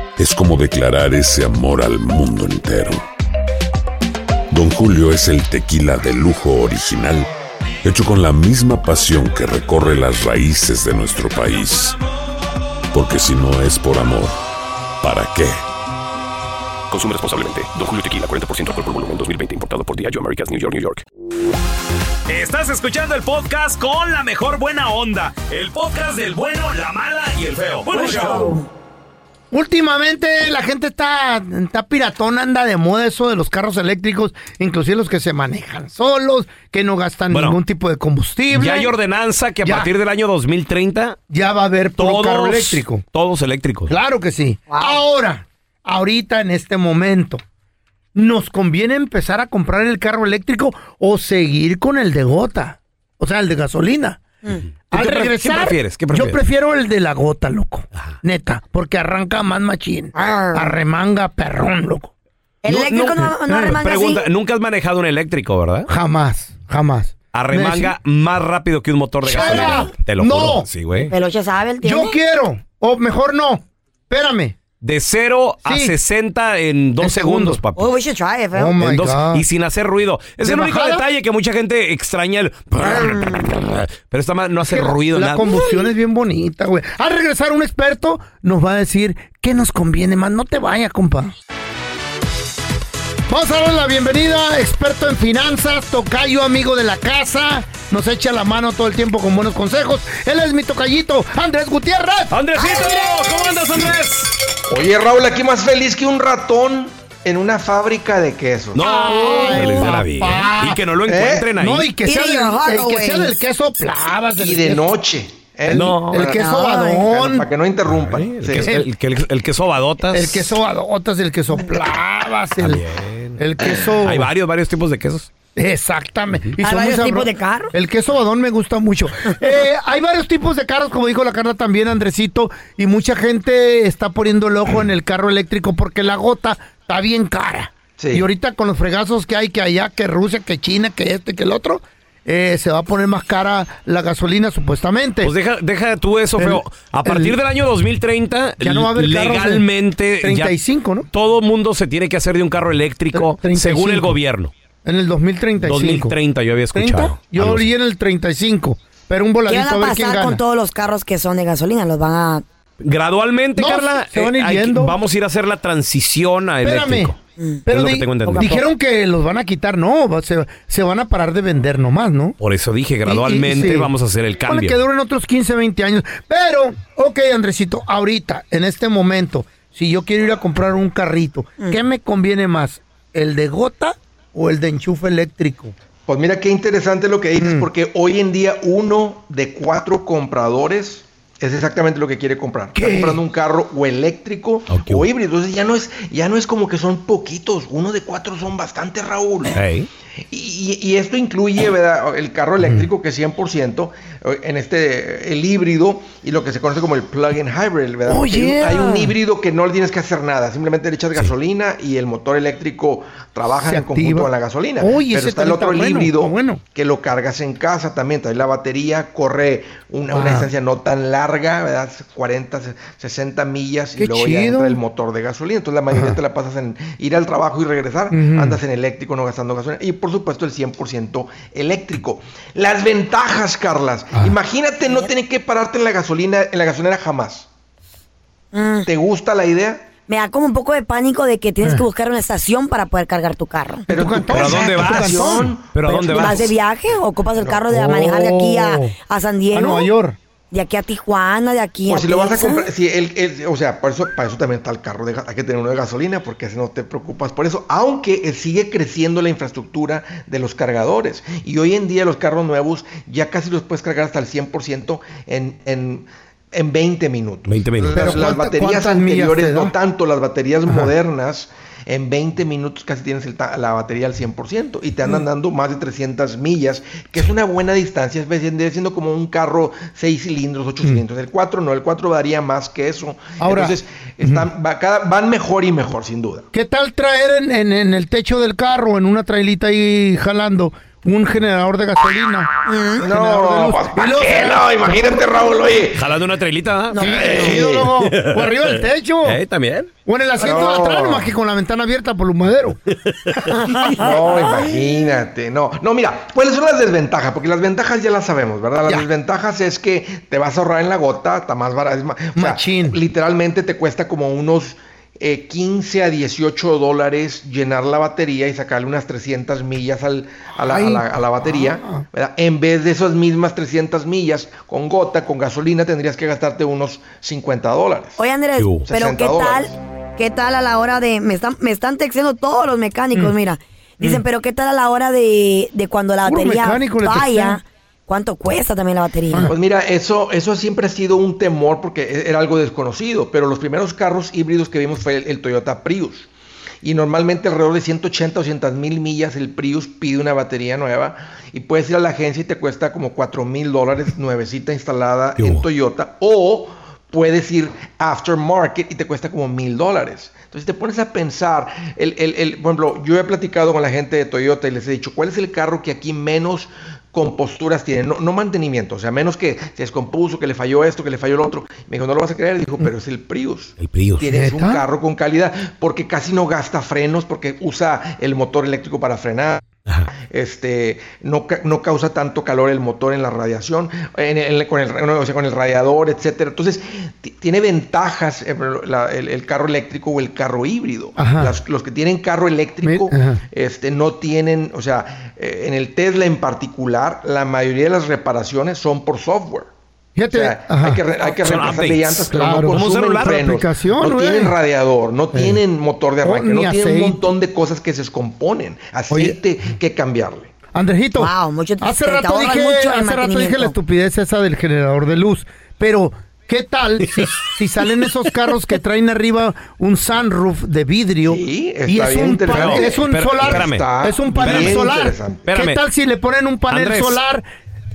[SPEAKER 15] es como declarar ese amor al mundo entero. Don Julio es el tequila de lujo original, hecho con la misma pasión que recorre las raíces de nuestro país. Porque si no es por amor, ¿para qué?
[SPEAKER 16] Consume responsablemente. Don Julio Tequila 40% alcohol por volumen 2020 importado por Diageo Americas New York New York.
[SPEAKER 1] Estás escuchando el podcast con la mejor buena onda. El podcast del bueno, la mala y el feo. Bueno, show.
[SPEAKER 2] Últimamente la gente está, está piratón, anda de moda eso de los carros eléctricos, inclusive los que se manejan solos, que no gastan ningún tipo de combustible.
[SPEAKER 5] Ya hay ordenanza que a
[SPEAKER 2] Ya.
[SPEAKER 5] partir del año 2030
[SPEAKER 2] ya va a haber puro
[SPEAKER 5] todos
[SPEAKER 2] carro eléctrico.
[SPEAKER 5] Todos eléctricos.
[SPEAKER 2] Claro que sí. Ahora, ahorita en este momento, ¿nos conviene empezar a comprar el carro eléctrico o seguir con el de gota? O sea, el de gasolina.
[SPEAKER 5] Mm. ¿Tú
[SPEAKER 2] Al
[SPEAKER 5] qué pre- qué
[SPEAKER 2] regresar,
[SPEAKER 5] prefieres? ¿Qué
[SPEAKER 2] Yo
[SPEAKER 5] prefieres?
[SPEAKER 2] prefiero el de la gota, loco. Neta, porque arranca más machín. Arremanga perrón, loco.
[SPEAKER 3] El eléctrico no, no, arremanga
[SPEAKER 5] Pregunta, nunca has manejado un eléctrico, ¿verdad?
[SPEAKER 2] Jamás, jamás.
[SPEAKER 5] Arremanga más rápido que un motor de
[SPEAKER 2] Chela,
[SPEAKER 5] gasolina. Te lo
[SPEAKER 2] no.
[SPEAKER 5] juro. Sí,
[SPEAKER 3] así.
[SPEAKER 5] güey.
[SPEAKER 3] Peluche sabe el
[SPEAKER 2] Yo quiero, o mejor no. Espérame.
[SPEAKER 5] De 0 a
[SPEAKER 2] Sí.
[SPEAKER 5] 60 en 2 segundos, papi.
[SPEAKER 3] Oh, we should try it, feo.
[SPEAKER 5] En dos- y sin hacer ruido. Es
[SPEAKER 3] ¿De
[SPEAKER 5] el único
[SPEAKER 3] bajada?
[SPEAKER 5] detalle que mucha gente extraña el. Pero esta madre no hace
[SPEAKER 2] que la-
[SPEAKER 5] ruido,
[SPEAKER 2] La
[SPEAKER 5] nada.
[SPEAKER 2] combustión es bien bonita, güey. Al regresar un experto nos va a decir qué nos conviene más. No te vayas, compa. Vamos a darle la bienvenida, experto en finanzas, tocayo, amigo de la casa. Nos echa la mano todo el tiempo con buenos consejos. Él es mi tocayito, Andrés Gutiérrez.
[SPEAKER 5] ¡Andresito! ¿Cómo andas, Andrés?
[SPEAKER 7] Oye, Raúl, aquí más feliz que un ratón en una fábrica de quesos. ¿Eh?
[SPEAKER 5] No, feliz de la vida. Y que no lo encuentren ahí.
[SPEAKER 2] No, y que sea, del,
[SPEAKER 5] Eating your heart
[SPEAKER 2] el que sea
[SPEAKER 5] away.
[SPEAKER 2] del queso plavas. del
[SPEAKER 7] Y de
[SPEAKER 2] queso.
[SPEAKER 7] noche. El,
[SPEAKER 5] No.
[SPEAKER 2] el queso badón.
[SPEAKER 7] Para que no interrumpan.
[SPEAKER 5] El,
[SPEAKER 7] Sí.
[SPEAKER 5] queso, el, el- el queso badotas.
[SPEAKER 2] El queso badotas, el queso plavas, el, el queso.
[SPEAKER 5] Hay varios, varios tipos de quesos.
[SPEAKER 2] Exactamente. Y
[SPEAKER 3] Hay
[SPEAKER 2] son muy
[SPEAKER 3] varios
[SPEAKER 2] sabro-
[SPEAKER 3] tipos de carro.
[SPEAKER 2] El queso badón me gusta mucho. Eh, hay varios tipos de carros, como dijo la Carla también, Andresito, y mucha gente está poniendo el ojo en el carro eléctrico porque la gota está bien cara. Y ahorita con los fregazos que hay, que allá, que Rusia, que China, que este, que el otro, eh, se va a poner más cara la gasolina supuestamente.
[SPEAKER 5] Pues deja, deja tú eso, feo. A partir del año 2030,
[SPEAKER 2] Ya no va a haber carros de
[SPEAKER 5] legalmente. ya
[SPEAKER 2] 35, ¿no?
[SPEAKER 5] Todo mundo se tiene que hacer de un carro eléctrico
[SPEAKER 2] Tre- 35.
[SPEAKER 5] según el gobierno.
[SPEAKER 2] En el 2035.
[SPEAKER 5] 2030, yo había escuchado.
[SPEAKER 2] ¿30? Yo
[SPEAKER 5] Algo
[SPEAKER 2] oí en el 35, pero un
[SPEAKER 3] ¿Qué
[SPEAKER 2] voladito
[SPEAKER 3] van
[SPEAKER 2] a
[SPEAKER 3] a
[SPEAKER 2] ver quién
[SPEAKER 3] pasar
[SPEAKER 2] gana.
[SPEAKER 3] con todos los carros que son de gasolina? Los van a...
[SPEAKER 5] Gradualmente,
[SPEAKER 2] No,
[SPEAKER 5] Carla, eh,
[SPEAKER 2] se van a ir
[SPEAKER 5] hay que-
[SPEAKER 2] yendo.
[SPEAKER 5] vamos a ir a hacer la transición a
[SPEAKER 2] Espérame.
[SPEAKER 5] eléctrico.
[SPEAKER 3] Mm.
[SPEAKER 2] Pero
[SPEAKER 5] es lo que
[SPEAKER 2] di-
[SPEAKER 5] tengo entendido.
[SPEAKER 2] dijeron que los van a quitar, no, va- se, se van a parar de vender nomás, ¿no?
[SPEAKER 5] Por eso dije,
[SPEAKER 2] Y-
[SPEAKER 5] gradualmente
[SPEAKER 2] y- sí.
[SPEAKER 5] vamos a hacer el
[SPEAKER 2] Supone
[SPEAKER 5] cambio.
[SPEAKER 2] que duren otros 15, 20 años. Pero, ok, Andresito, ahorita, en este momento, si yo quiero ir a comprar un carrito,
[SPEAKER 5] Mm.
[SPEAKER 2] ¿qué me conviene más? ¿El de gota o el de enchufe eléctrico?
[SPEAKER 7] Pues mira qué interesante lo que dices, porque hoy en día uno de cuatro compradores es exactamente lo que quiere comprar. Está comprando un carro o eléctrico o híbrido. Entonces ya no es, ya no es como que son poquitos, uno de cuatro son bastante, Raúl. Y, y- y esto incluye, ¿verdad? El carro eléctrico que es 100%, eh, en este, el híbrido y lo que se conoce como el plug-in hybrid, ¿verdad?
[SPEAKER 2] Oh,
[SPEAKER 7] Hay un-
[SPEAKER 2] yeah.
[SPEAKER 7] Hay un híbrido que no le tienes que hacer nada, simplemente le echas gasolina y el motor eléctrico trabaja
[SPEAKER 2] Se
[SPEAKER 7] en conjunto
[SPEAKER 2] activa.
[SPEAKER 7] con la gasolina.
[SPEAKER 2] Oye, ese
[SPEAKER 7] Pero está el
[SPEAKER 2] también
[SPEAKER 7] otro
[SPEAKER 2] está bueno,
[SPEAKER 7] híbrido
[SPEAKER 2] está bueno.
[SPEAKER 7] que lo cargas en casa también, trae la batería, corre una, una
[SPEAKER 2] Ah.
[SPEAKER 7] distancia no tan larga, ¿verdad? 40, se- 60 millas
[SPEAKER 2] Qué
[SPEAKER 7] y luego ya
[SPEAKER 2] chido.
[SPEAKER 7] entra el motor de gasolina. Entonces la mayoría te la pasas en ir al trabajo y regresar,
[SPEAKER 2] Ujú.
[SPEAKER 7] andas en eléctrico, no gastando gasolina. Y por supuesto el 100% eléctrico. Las ventajas, Carlas.
[SPEAKER 2] Ah.
[SPEAKER 7] Imagínate no tener que pararte en la gasolina, en la gasolinera jamás. ¿Te gusta la idea?
[SPEAKER 3] mm. Me da como un poco de pánico de que tienes que buscar una estación para poder cargar tu carro.
[SPEAKER 7] Pero,
[SPEAKER 5] ¿Pero a dónde vas? ¿Pero a dónde vas?
[SPEAKER 3] de viaje? ¿Ocupas el carro de manejar de aquí a, a San Diego?
[SPEAKER 7] A Nueva York.
[SPEAKER 3] De aquí a Tijuana, de aquí
[SPEAKER 7] O
[SPEAKER 3] a
[SPEAKER 7] si lo vas a
[SPEAKER 3] Texas.
[SPEAKER 7] comprar, si el, el- o sea, por eso, para eso también está el carro, de ga- hay que tener uno de gasolina porque si no te preocupas por eso, aunque eh, sigue creciendo la infraestructura de los cargadores y hoy en día los carros nuevos ya casi los puedes cargar hasta el 100% en, en, en 20 minutos.
[SPEAKER 5] 20 minutos.
[SPEAKER 7] Pero
[SPEAKER 5] Pero
[SPEAKER 7] las
[SPEAKER 5] ¿cuánta-
[SPEAKER 7] baterías
[SPEAKER 5] cuántas millas
[SPEAKER 7] anteriores,
[SPEAKER 5] te da?
[SPEAKER 7] no tanto, las baterías modernas, en 20 minutos casi tienes el ta- la batería al 100% y te
[SPEAKER 5] Mm.
[SPEAKER 7] andan dando más de 300 millas, que es una buena distancia, es decir, debe siendo como un carro 6 cilindros,
[SPEAKER 5] Mm.
[SPEAKER 7] 8 cilindros. El 4 no, el 4 daría más que eso.
[SPEAKER 2] Ahora-
[SPEAKER 7] Entonces, están, va- cada- van mejor y mejor, sin duda.
[SPEAKER 2] ¿Qué tal traer en, en- en el techo del carro, en una trailita ahí jalando, un generador de gasolina?
[SPEAKER 5] Mm.
[SPEAKER 2] Un generador de luz. Y luego se-
[SPEAKER 7] imagínate, Raúl, oye.
[SPEAKER 5] Jalando una trailita. ¿ah? ¿no?
[SPEAKER 2] Sí, chido, loco. O arriba del techo.
[SPEAKER 5] Eh, también.
[SPEAKER 2] O en el asiento de atrás, nomás que con la ventana abierta por los maderos.
[SPEAKER 7] No, imagínate, no. No, mira, ¿cuáles son las desventajas? Porque las ventajas ya las sabemos, ¿verdad? Las desventajas es que te vas a ahorrar en la gota, está más barato. es ma- o sea, literalmente te cuesta como unos eh, 15 a 18 dólares llenar la batería y sacarle unas 300 millas al- a, la, a la- a la batería.
[SPEAKER 2] Ah.
[SPEAKER 7] ¿verdad? En vez de esas mismas 300 millas con gota, con gasolina, tendrías que gastarte unos 50 dólares.
[SPEAKER 3] Oye, Andrés,
[SPEAKER 7] Yo.
[SPEAKER 3] pero
[SPEAKER 7] 60
[SPEAKER 3] ¿qué
[SPEAKER 7] dólares.
[SPEAKER 3] tal? ¿Qué tal a la hora de...? Me están, me están texteando todos los mecánicos, mira. Dicen, pero ¿qué tal a la hora de, de cuando la
[SPEAKER 2] Puro
[SPEAKER 3] batería
[SPEAKER 2] mecánico le
[SPEAKER 3] falla?
[SPEAKER 2] textean.
[SPEAKER 3] ¿Cuánto cuesta también la batería?
[SPEAKER 7] Pues mira, eso, eso siempre ha sido un temor porque e- era algo desconocido, pero los primeros carros híbridos que vimos fue el, el Toyota Prius. Y normalmente alrededor de 180, 200 mil millas el Prius pide una batería nueva y puedes ir a la agencia y te cuesta como 4 mil dólares nuevecita instalada en Toyota o puedes ir aftermarket y te cuesta como mil dólares. Entonces te pones a pensar, el, el- el- por ejemplo, yo he platicado con la gente de Toyota y les he dicho, ¿cuál es el carro que aquí menos composturas tiene? No, no mantenimiento, o sea, menos que se descompuso, que le falló esto, que le falló el otro. Me dijo, no lo vas a creer, dijo, pero es el Prius.
[SPEAKER 5] El Prius.
[SPEAKER 7] Tienes un
[SPEAKER 5] ¿Neta?
[SPEAKER 7] carro con calidad porque casi no gasta frenos, porque usa el motor eléctrico para frenar este no, ca- no causa tanto calor el motor en la radiación, en el- con, el, o sea, con el radiador, etcétera. Entonces, ti- tiene ventajas eh, pero la- el, el carro eléctrico o el carro híbrido.
[SPEAKER 2] Ajá.
[SPEAKER 7] Las- los que tienen carro eléctrico este, no tienen, o sea, eh, en el Tesla en particular, la mayoría de las reparaciones son por software.
[SPEAKER 2] Fíjate,
[SPEAKER 7] O sea,
[SPEAKER 2] ajá.
[SPEAKER 7] hay que, re- hay que
[SPEAKER 2] Son
[SPEAKER 7] reemplazar
[SPEAKER 2] updates,
[SPEAKER 7] llantas, pero
[SPEAKER 2] claro.
[SPEAKER 7] no
[SPEAKER 2] Como un
[SPEAKER 7] consumen
[SPEAKER 2] celular.
[SPEAKER 7] frenos,
[SPEAKER 2] Aplicación,
[SPEAKER 7] no
[SPEAKER 2] güey.
[SPEAKER 7] tienen radiador, no
[SPEAKER 2] Eh.
[SPEAKER 7] tienen motor de
[SPEAKER 2] Oh,
[SPEAKER 7] arranque,
[SPEAKER 2] ni
[SPEAKER 7] no tienen un
[SPEAKER 2] aceite.
[SPEAKER 7] montón de cosas que se descomponen, aceite que cambiarle.
[SPEAKER 2] Andrejito,
[SPEAKER 3] Wow, mucho te-
[SPEAKER 2] hace
[SPEAKER 3] te
[SPEAKER 2] rato,
[SPEAKER 3] ahorras
[SPEAKER 2] dije,
[SPEAKER 3] mucho en
[SPEAKER 2] hace rato dije la
[SPEAKER 3] mantenimiento.
[SPEAKER 2] estupidez esa del generador de luz, pero ¿qué tal si, si salen esos carros que traen arriba un sunroof de vidrio y
[SPEAKER 7] está
[SPEAKER 2] es
[SPEAKER 7] bien
[SPEAKER 2] un, pa-
[SPEAKER 7] interesante.
[SPEAKER 2] es un
[SPEAKER 7] Espera-
[SPEAKER 2] solar,
[SPEAKER 7] espérame.
[SPEAKER 2] es un
[SPEAKER 7] Está
[SPEAKER 2] panel
[SPEAKER 7] bien
[SPEAKER 2] solar?
[SPEAKER 7] interesante.
[SPEAKER 2] ¿Qué
[SPEAKER 5] Espérame.
[SPEAKER 2] tal si le ponen un panel
[SPEAKER 5] Andrés.
[SPEAKER 2] solar?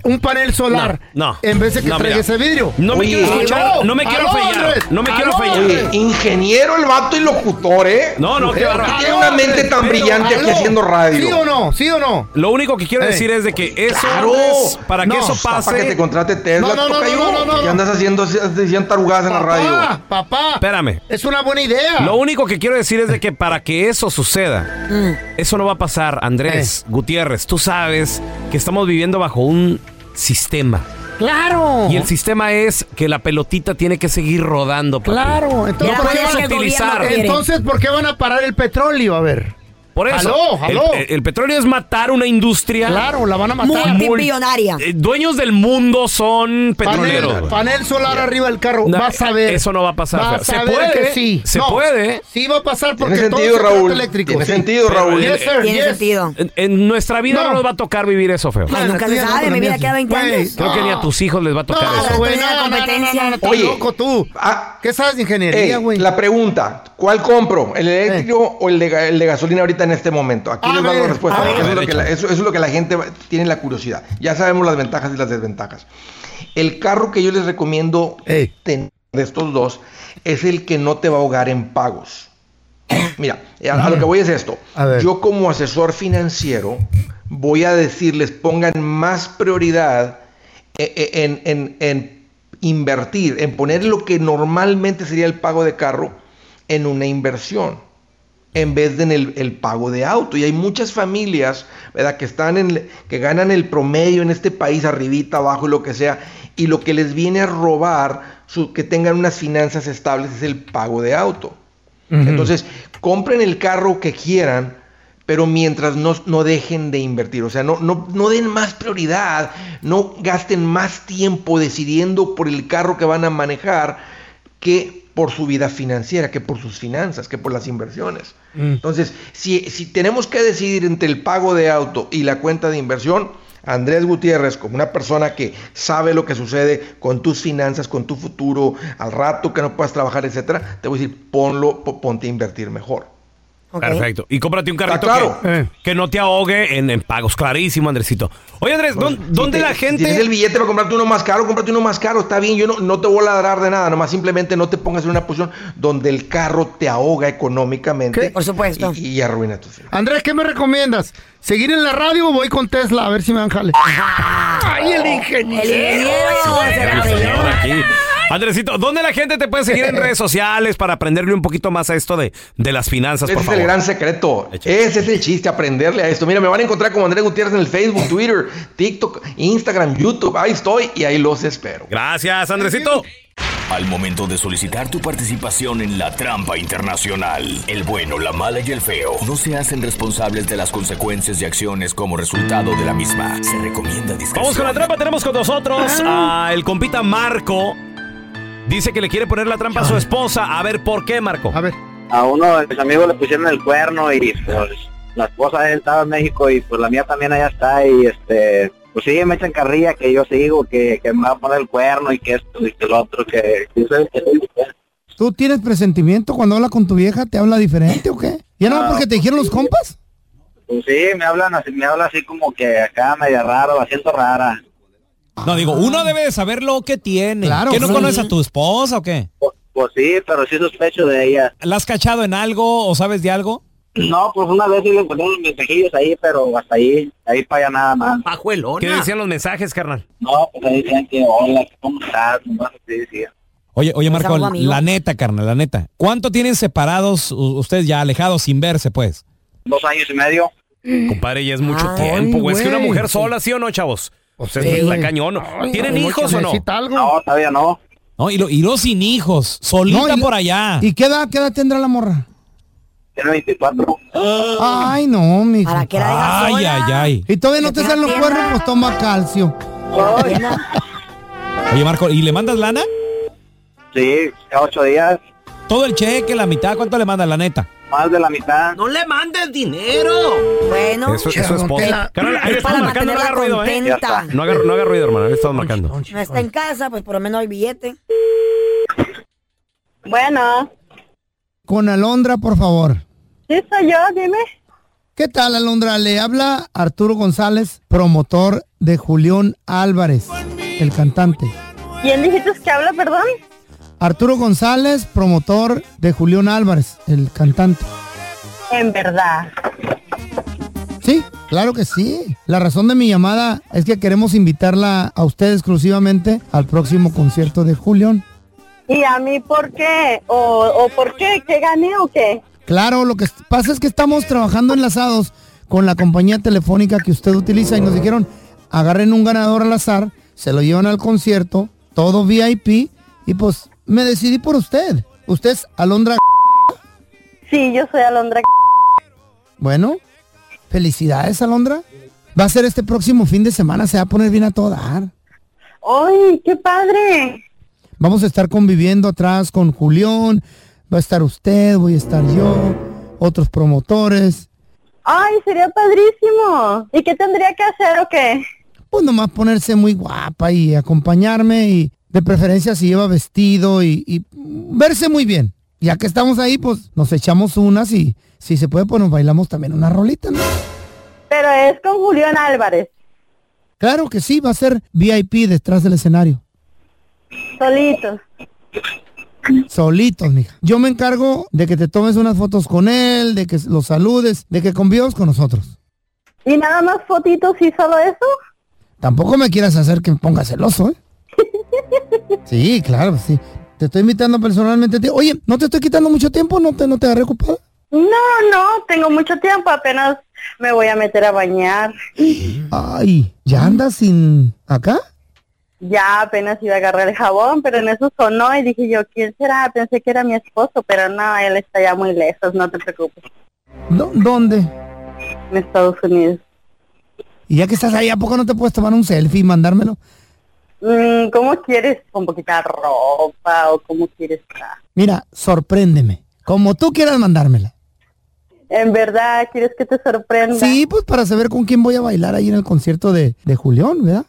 [SPEAKER 2] Un panel solar.
[SPEAKER 5] No, no.
[SPEAKER 2] En vez de que
[SPEAKER 5] No,
[SPEAKER 2] traiga
[SPEAKER 5] mira.
[SPEAKER 2] ese vidrio.
[SPEAKER 5] No me quiero escuchar,
[SPEAKER 2] aló,
[SPEAKER 5] no me quiero
[SPEAKER 2] aló,
[SPEAKER 5] fallar,
[SPEAKER 2] Andrés,
[SPEAKER 5] no me quiero
[SPEAKER 2] aló,
[SPEAKER 5] fallar.
[SPEAKER 2] Andrés.
[SPEAKER 7] Ingeniero el vato y locutor, ¿eh?
[SPEAKER 5] No, no, qué
[SPEAKER 7] Pero
[SPEAKER 5] bárbaro.
[SPEAKER 7] tiene una mente tan
[SPEAKER 5] Pero,
[SPEAKER 7] brillante aquí
[SPEAKER 5] aló.
[SPEAKER 7] haciendo radio.
[SPEAKER 5] ¿Sí o no?
[SPEAKER 2] ¿Sí o no?
[SPEAKER 5] Lo único que quiero
[SPEAKER 7] Eh.
[SPEAKER 5] decir es de que eso
[SPEAKER 7] Claro.
[SPEAKER 5] es- para que
[SPEAKER 7] No,
[SPEAKER 5] eso
[SPEAKER 7] para
[SPEAKER 5] pase.
[SPEAKER 7] que te contrate Tesla,
[SPEAKER 2] No, no, no,
[SPEAKER 7] tocayo.
[SPEAKER 2] no, no, no, no.
[SPEAKER 7] ¿Qué andas haciendo decían tarugadas en la radio?
[SPEAKER 2] Papá, Ah, papá,
[SPEAKER 5] Espérame.
[SPEAKER 2] es una buena idea.
[SPEAKER 5] Lo único que quiero decir es de que para que eso suceda,
[SPEAKER 2] Mm.
[SPEAKER 5] eso no va a pasar, Andrés
[SPEAKER 2] Eh.
[SPEAKER 5] Gutiérrez. Tú sabes que estamos viviendo bajo un sistema.
[SPEAKER 2] Claro.
[SPEAKER 5] Y el sistema es que la pelotita tiene que seguir rodando. papi.
[SPEAKER 2] Claro, entonces,
[SPEAKER 5] no
[SPEAKER 2] ¿por qué
[SPEAKER 5] puedes
[SPEAKER 2] van a-
[SPEAKER 5] utilizar.
[SPEAKER 2] entonces, ¿por qué van a parar el petróleo? A ver.
[SPEAKER 5] Por eso,
[SPEAKER 2] Aló, aló.
[SPEAKER 5] El, el petróleo es matar una industria.
[SPEAKER 2] Claro, la van a matar. Multimillonaria.
[SPEAKER 5] Eh, dueños del mundo son petroleros.
[SPEAKER 2] Panel,
[SPEAKER 5] güey.
[SPEAKER 2] panel solar arriba del carro.
[SPEAKER 5] No,
[SPEAKER 2] vas a ver.
[SPEAKER 5] Eso no va a pasar.
[SPEAKER 2] Vas
[SPEAKER 5] feo. se
[SPEAKER 2] a ver
[SPEAKER 5] puede.
[SPEAKER 2] que sí.
[SPEAKER 5] Se
[SPEAKER 2] No,
[SPEAKER 5] puede.
[SPEAKER 2] Sí va a pasar porque
[SPEAKER 7] Tiene
[SPEAKER 2] todo
[SPEAKER 7] sentido,
[SPEAKER 2] se trata
[SPEAKER 7] Raúl.
[SPEAKER 2] eléctrico.
[SPEAKER 7] Tiene
[SPEAKER 2] sí.
[SPEAKER 7] sentido,
[SPEAKER 5] Pero
[SPEAKER 7] Raúl.
[SPEAKER 5] en-
[SPEAKER 2] Yes, sir,
[SPEAKER 3] Tiene
[SPEAKER 2] yes.
[SPEAKER 3] sentido.
[SPEAKER 5] En, en nuestra vida
[SPEAKER 2] No.
[SPEAKER 5] no nos va a tocar vivir eso feo.
[SPEAKER 3] Ay, nunca
[SPEAKER 2] tuya
[SPEAKER 3] se
[SPEAKER 2] no,
[SPEAKER 3] sabe,
[SPEAKER 2] pero
[SPEAKER 3] mi
[SPEAKER 2] mía
[SPEAKER 3] vida
[SPEAKER 2] sí.
[SPEAKER 3] queda 20
[SPEAKER 2] Güey,
[SPEAKER 3] años.
[SPEAKER 5] Creo que ni a tus hijos les va a tocar eso.
[SPEAKER 3] no,
[SPEAKER 2] güey,
[SPEAKER 3] no,
[SPEAKER 2] no, no, no, no, no, no, estás
[SPEAKER 7] Oye.
[SPEAKER 2] loco tú.
[SPEAKER 7] Ah,
[SPEAKER 2] ¿Qué sabes
[SPEAKER 7] Ey,
[SPEAKER 2] de ingeniería, güey? Eh.
[SPEAKER 7] la pregunta, ¿cuál compro? ¿El eléctrico o el de, ga- el de gasolina ahorita en este momento? Aquí
[SPEAKER 2] A
[SPEAKER 7] les van
[SPEAKER 2] ver,
[SPEAKER 7] las respuestas. porque Eso, es
[SPEAKER 2] a ver.
[SPEAKER 7] lo que la, eso- eso es lo que la gente va- tiene la curiosidad. Ya sabemos las ventajas y las desventajas. El carro que yo les recomiendo
[SPEAKER 2] Ey.
[SPEAKER 7] tener de estos dos es el que no te va a ahogar en pagos. Mira, Eh, a, a lo que voy es esto.
[SPEAKER 2] A ver.
[SPEAKER 7] Yo como asesor financiero voy a decirles pongan más prioridad e- e- en, en- en invertir, en poner lo que normalmente sería el pago de carro en una inversión en vez de en el, el pago de auto. Y hay muchas familias, ¿verdad? Que están en, que ganan el promedio en este país, arribita, abajo, lo que sea, y lo que les viene a robar su, que tengan unas finanzas estables es el pago de auto. Entonces, compren el carro que quieran, pero mientras no, no dejen de invertir. O sea, no, no, no den más prioridad, no gasten más tiempo decidiendo por el carro que van a manejar que por su vida financiera, que por sus finanzas, que por las inversiones.
[SPEAKER 5] Mm.
[SPEAKER 7] Entonces, si, si tenemos que decidir entre el pago de auto y la cuenta de inversión, Andrés Gutiérrez, como una persona que sabe lo que sucede con tus finanzas, con tu futuro, al rato que no puedas trabajar, etcétera, te voy a decir, ponlo, po- ponte a invertir mejor.
[SPEAKER 3] Ok.
[SPEAKER 5] Perfecto. Y cómprate un carrito
[SPEAKER 7] Está claro.
[SPEAKER 5] que, que no te ahogue en, en pagos. Clarísimo, Andresito. Oye, Andrés, ¿dó- ¿dónde
[SPEAKER 7] Si te-
[SPEAKER 5] la
[SPEAKER 7] Si tienes el
[SPEAKER 5] gente.
[SPEAKER 7] billete para comprarte uno más caro, cómprate uno más caro, está bien, yo no, no te voy a ladrar de nada, nomás simplemente no te pongas en una posición donde el carro te ahoga económicamente
[SPEAKER 3] Por supuesto.
[SPEAKER 7] y, y arruina tus finanzas.
[SPEAKER 2] Andrés, ¿qué me recomiendas? ¿Seguir en la radio o voy con Tesla? A ver si me dan jale. ¡Ay, el
[SPEAKER 3] El
[SPEAKER 2] ingeniero!
[SPEAKER 3] ingeniero será
[SPEAKER 5] Señor, aquí. Andresito, ¿dónde la gente te puede seguir en redes sociales para aprenderle un poquito más a esto de, de las finanzas,
[SPEAKER 7] Ese
[SPEAKER 5] por
[SPEAKER 7] es
[SPEAKER 5] favor?
[SPEAKER 7] el gran secreto. Ese es el chiste, aprenderle a esto. Mira, me van a encontrar como Andrés Gutiérrez en el Facebook, Twitter, TikTok, Instagram, YouTube. Ahí estoy y ahí los espero.
[SPEAKER 5] Gracias, Andresito.
[SPEAKER 17] Al momento de solicitar tu participación en la trampa internacional, el bueno, la mala y el feo no se hacen responsables de las consecuencias y acciones como resultado de la misma. Se recomienda discreción.
[SPEAKER 5] Vamos con la trampa. Tenemos con nosotros
[SPEAKER 3] Ah.
[SPEAKER 5] a el compita Marco. Dice que le quiere poner la trampa a su esposa. A ver, ¿por qué, Marco?
[SPEAKER 2] A ver.
[SPEAKER 9] a uno de mis amigos le pusieron el cuerno y pues la esposa de él estaba en México y pues la mía también allá está y este pues sí me echan carrilla que yo sigo que, que me va a poner el cuerno y que esto y que lo otro que, que soy- que soy mujer.
[SPEAKER 10] ¿Tú tienes presentimiento cuando habla con tu vieja? ¿Te habla diferente o qué? ¿Ya no
[SPEAKER 9] Ah,
[SPEAKER 10] porque te dijeron los compas?
[SPEAKER 9] pues sí me hablan así me habla así como que acá media raro la siento rara
[SPEAKER 18] No, digo, uno debe de saber lo que tiene.
[SPEAKER 9] Claro,
[SPEAKER 18] ¿Que no
[SPEAKER 9] sí.
[SPEAKER 18] conoces a tu esposa o qué?
[SPEAKER 9] pues sí pero sí sospecho de ella
[SPEAKER 18] ¿La has cachado en algo o sabes de algo?
[SPEAKER 9] no pues una vez sí le encontré unos mensajillos ahí pero hasta ahí ahí para allá nada más
[SPEAKER 5] ¿Qué decían los mensajes, carnal?
[SPEAKER 9] no pues ahí decían que hola cómo estás no sé qué decía
[SPEAKER 18] Oye, oye, Marco,
[SPEAKER 9] algo amigo.
[SPEAKER 18] la neta, carnal, la neta. ¿Cuánto tienen separados u- ustedes ya alejados sin verse, pues?
[SPEAKER 9] dos años y medio
[SPEAKER 5] Compadre, ya es mucho
[SPEAKER 9] Ay,
[SPEAKER 5] tiempo, güey. Es que una
[SPEAKER 9] güey.
[SPEAKER 5] mujer sola, ¿sí o no, chavos? Pues O sea,
[SPEAKER 9] sí.
[SPEAKER 5] está cañón. ¿Tienen hijos o no?
[SPEAKER 9] no todavía no
[SPEAKER 18] No, y, lo- y los sin hijos, solita
[SPEAKER 10] No, y-
[SPEAKER 18] por allá.
[SPEAKER 10] ¿Y qué edad, qué edad tendrá la morra?
[SPEAKER 9] tiene 24
[SPEAKER 18] Ah.
[SPEAKER 10] Ay, no, mijo. ¿Para qué
[SPEAKER 18] la Ay, sola? ay, ay.
[SPEAKER 10] Y todavía no te salen los cuernos, pues toma calcio.
[SPEAKER 18] Oye, Marco, ¿y le mandas lana?
[SPEAKER 9] Sí, cada ocho días.
[SPEAKER 18] Todo el cheque, la mitad, ¿cuánto le mandas, la neta?
[SPEAKER 9] más de la mitad.
[SPEAKER 1] ¡No le mandes dinero!
[SPEAKER 3] Bueno,
[SPEAKER 5] Eso, eso es post. Carnal, ahí le estamos marcando, no haga ruido, ¿eh? No haga, no haga ruido, hermano, ahí le estamos marcando.
[SPEAKER 3] No está en casa, pues por lo menos hay billete.
[SPEAKER 10] Bueno.
[SPEAKER 2] Con Alondra, por favor.
[SPEAKER 10] Sí, soy yo, dime.
[SPEAKER 2] ¿Qué tal, Alondra? Le habla Arturo González, promotor de Julián Álvarez, el cantante.
[SPEAKER 10] ¿Quién dijiste que habla, perdón?
[SPEAKER 2] Arturo González, promotor de Julián Álvarez, el cantante.
[SPEAKER 10] En verdad.
[SPEAKER 2] Sí, claro que sí. La razón de mi llamada es que queremos invitarla a usted exclusivamente al próximo concierto de Julián.
[SPEAKER 10] ¿Y a mí por qué? ¿O, o por qué? ¿Qué gané o qué?
[SPEAKER 2] Claro, lo que est- pasa es que estamos trabajando enlazados con la compañía telefónica que usted utiliza y nos dijeron, agarren un ganador al azar, se lo llevan al concierto, todo VIP, y pues me decidí por usted. Usted es Alondra.
[SPEAKER 10] Sí, yo soy Alondra.
[SPEAKER 2] Bueno, felicidades, Alondra. Va a ser este próximo fin de semana, se va a poner bien a todo dar.
[SPEAKER 10] ¡Ay, qué padre!
[SPEAKER 2] Vamos a estar conviviendo atrás con Julián, va a estar usted, voy a estar yo, otros promotores.
[SPEAKER 10] ¡Ay, sería padrísimo! ¿Y qué tendría que hacer o qué?
[SPEAKER 2] pues nomás ponerse muy guapa y acompañarme y de preferencia si lleva vestido y, y verse muy bien. Ya que estamos ahí, pues nos echamos unas y si se puede, pues nos bailamos también una rolita, ¿no?
[SPEAKER 10] Pero es con Julián Álvarez,
[SPEAKER 2] Claro que sí, va a ser VIP detrás del escenario.
[SPEAKER 10] solito.
[SPEAKER 2] Solitos, mija. Yo me encargo de que te tomes unas fotos con él, de que lo saludes, de que convivas con nosotros.
[SPEAKER 10] ¿Y nada más fotitos y solo eso?
[SPEAKER 2] Tampoco me quieras hacer que me ponga celoso, ¿eh? Sí, claro, sí. Te estoy invitando personalmente a ti. Oye, no te estoy quitando mucho tiempo, no te, no te agarré ocupada.
[SPEAKER 10] No, no, tengo mucho tiempo, apenas me voy a meter a bañar.
[SPEAKER 2] Ay, ¿ya andas sin acá?
[SPEAKER 10] Ya apenas iba a agarrar el jabón, pero en eso sonó y dije yo, ¿quién será? Pensé que era mi esposo, pero no, él está ya muy lejos, no te preocupes.
[SPEAKER 2] ¿Dó- ¿Dónde?
[SPEAKER 10] En Estados Unidos.
[SPEAKER 2] Y ya que estás ahí, ¿a poco no te puedes tomar un selfie y mandármelo?
[SPEAKER 10] Mm, ¿Cómo quieres? ¿Con poquita ropa o cómo quieres? estar?
[SPEAKER 2] Mira, sorpréndeme. Como tú quieras mandármela.
[SPEAKER 10] En verdad, ¿quieres que te sorprenda?
[SPEAKER 2] Sí, pues para saber con quién voy a bailar ahí en el concierto de, de Julián, ¿verdad?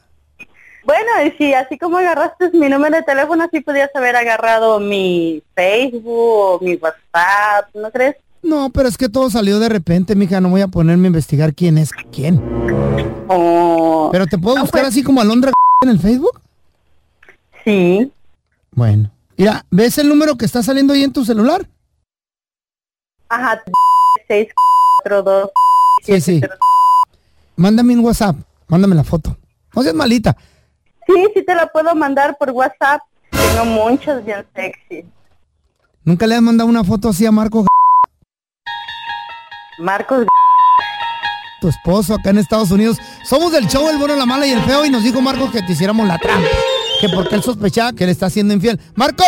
[SPEAKER 10] Bueno, y sí, así como agarraste mi número de teléfono, así podías haber agarrado mi Facebook o mi WhatsApp, ¿no crees?
[SPEAKER 2] No, pero es que todo salió de repente, mija. No voy a ponerme a investigar quién es quién.
[SPEAKER 10] Oh.
[SPEAKER 2] Pero te puedo buscar
[SPEAKER 10] pues.
[SPEAKER 2] así como Alondra en el Facebook.
[SPEAKER 10] Sí.
[SPEAKER 2] Bueno. Mira, ¿ves el número que está saliendo ahí en tu celular?
[SPEAKER 10] Ajá, 6, 4, 2.
[SPEAKER 2] Sí, sí. Mándame un WhatsApp. Mándame la foto. No seas malita.
[SPEAKER 10] Sí, sí te la puedo mandar por WhatsApp. Tengo muchas bien sexy.
[SPEAKER 2] ¿Nunca le has mandado una foto así a Marco?
[SPEAKER 10] Marcos,
[SPEAKER 2] tu esposo acá en Estados Unidos. Somos del show El Bueno, la Mala y el Feo y nos dijo Marco que te hiciéramos la trampa. Que porque él sospechaba que le está haciendo infiel. ¡Marco!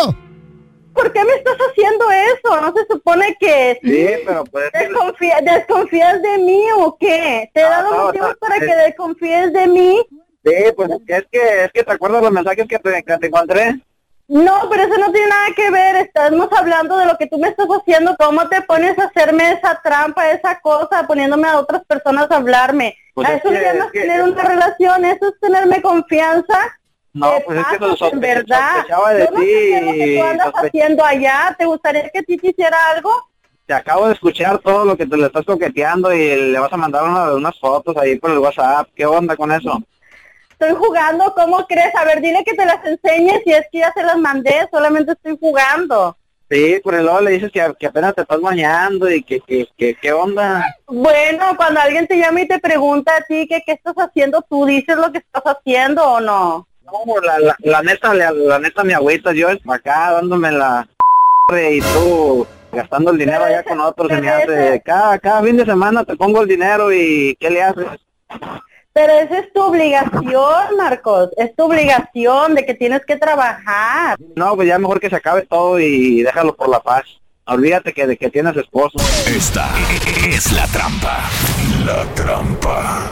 [SPEAKER 10] ¿por qué me estás haciendo eso? ¿No se supone que
[SPEAKER 9] Sí, pero pues...
[SPEAKER 10] desconfía- desconfías de mí o qué? ¿Te he dado
[SPEAKER 9] no,
[SPEAKER 10] motivos
[SPEAKER 9] no,
[SPEAKER 10] para
[SPEAKER 9] es-
[SPEAKER 10] que desconfíes de mí?
[SPEAKER 9] Sí, pues es que, es que te acuerdas los mensajes que te, que te encontré.
[SPEAKER 10] No, pero eso no tiene nada que ver. Estamos hablando de lo que tú me estás haciendo. ¿Cómo te pones a hacerme esa trampa, esa cosa, poniéndome a otras personas a hablarme?
[SPEAKER 9] Pues
[SPEAKER 10] ¿A
[SPEAKER 9] es
[SPEAKER 10] eso
[SPEAKER 9] que-
[SPEAKER 10] se llama
[SPEAKER 9] es que-
[SPEAKER 10] tener una relación, eso es tenerme confianza.
[SPEAKER 9] No,
[SPEAKER 10] ¿Qué
[SPEAKER 9] pues es que
[SPEAKER 10] pasa,
[SPEAKER 9] lo sospe-
[SPEAKER 10] en verdad?
[SPEAKER 9] sospechaba de
[SPEAKER 10] Yo no sé lo que
[SPEAKER 9] ti.
[SPEAKER 10] tú andas
[SPEAKER 9] sospe-
[SPEAKER 10] haciendo allá. ¿Te gustaría que a ti te hiciera algo?
[SPEAKER 9] Te acabo de escuchar todo lo que te le estás coqueteando y le vas a mandar una- unas fotos ahí por el WhatsApp. ¿Qué onda con eso?
[SPEAKER 10] Estoy jugando, ¿cómo crees? A ver, dile que te las enseñe si es que ya se las mandé, solamente estoy jugando.
[SPEAKER 9] Sí, por el lado le dices que, que apenas te estás bañando y que, que, que- ¿qué onda?
[SPEAKER 10] Bueno, cuando alguien te llama y te pregunta a ti que qué estás haciendo, tú dices lo que estás haciendo o no.
[SPEAKER 9] No, la, la- la neta, la, la neta, mi agüita, yo acá dándome la y tú gastando el dinero allá con otros, se me hace, cada, cada fin de semana te pongo el dinero y ¿qué le haces?
[SPEAKER 10] Pero esa es tu obligación, Marcos. Es tu obligación de que tienes que trabajar.
[SPEAKER 9] No, pues ya mejor que se acabe todo y déjalo por la paz. Olvídate que, de que tienes esposo.
[SPEAKER 15] Esta es la trampa. La trampa.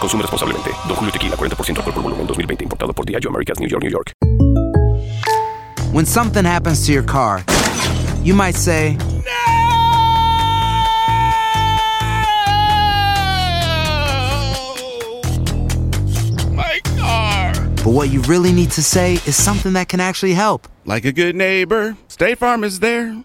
[SPEAKER 16] Consume responsablemente. Don Julio Tequila 40% alcohol por volumen 2020 importado por Diageo Americas New York New York.
[SPEAKER 19] When something happens to your car, you might say,
[SPEAKER 20] My car.
[SPEAKER 19] but what you really need to say is something that can actually help.
[SPEAKER 20] Like a good neighbor, State Farm is there.
[SPEAKER 19] And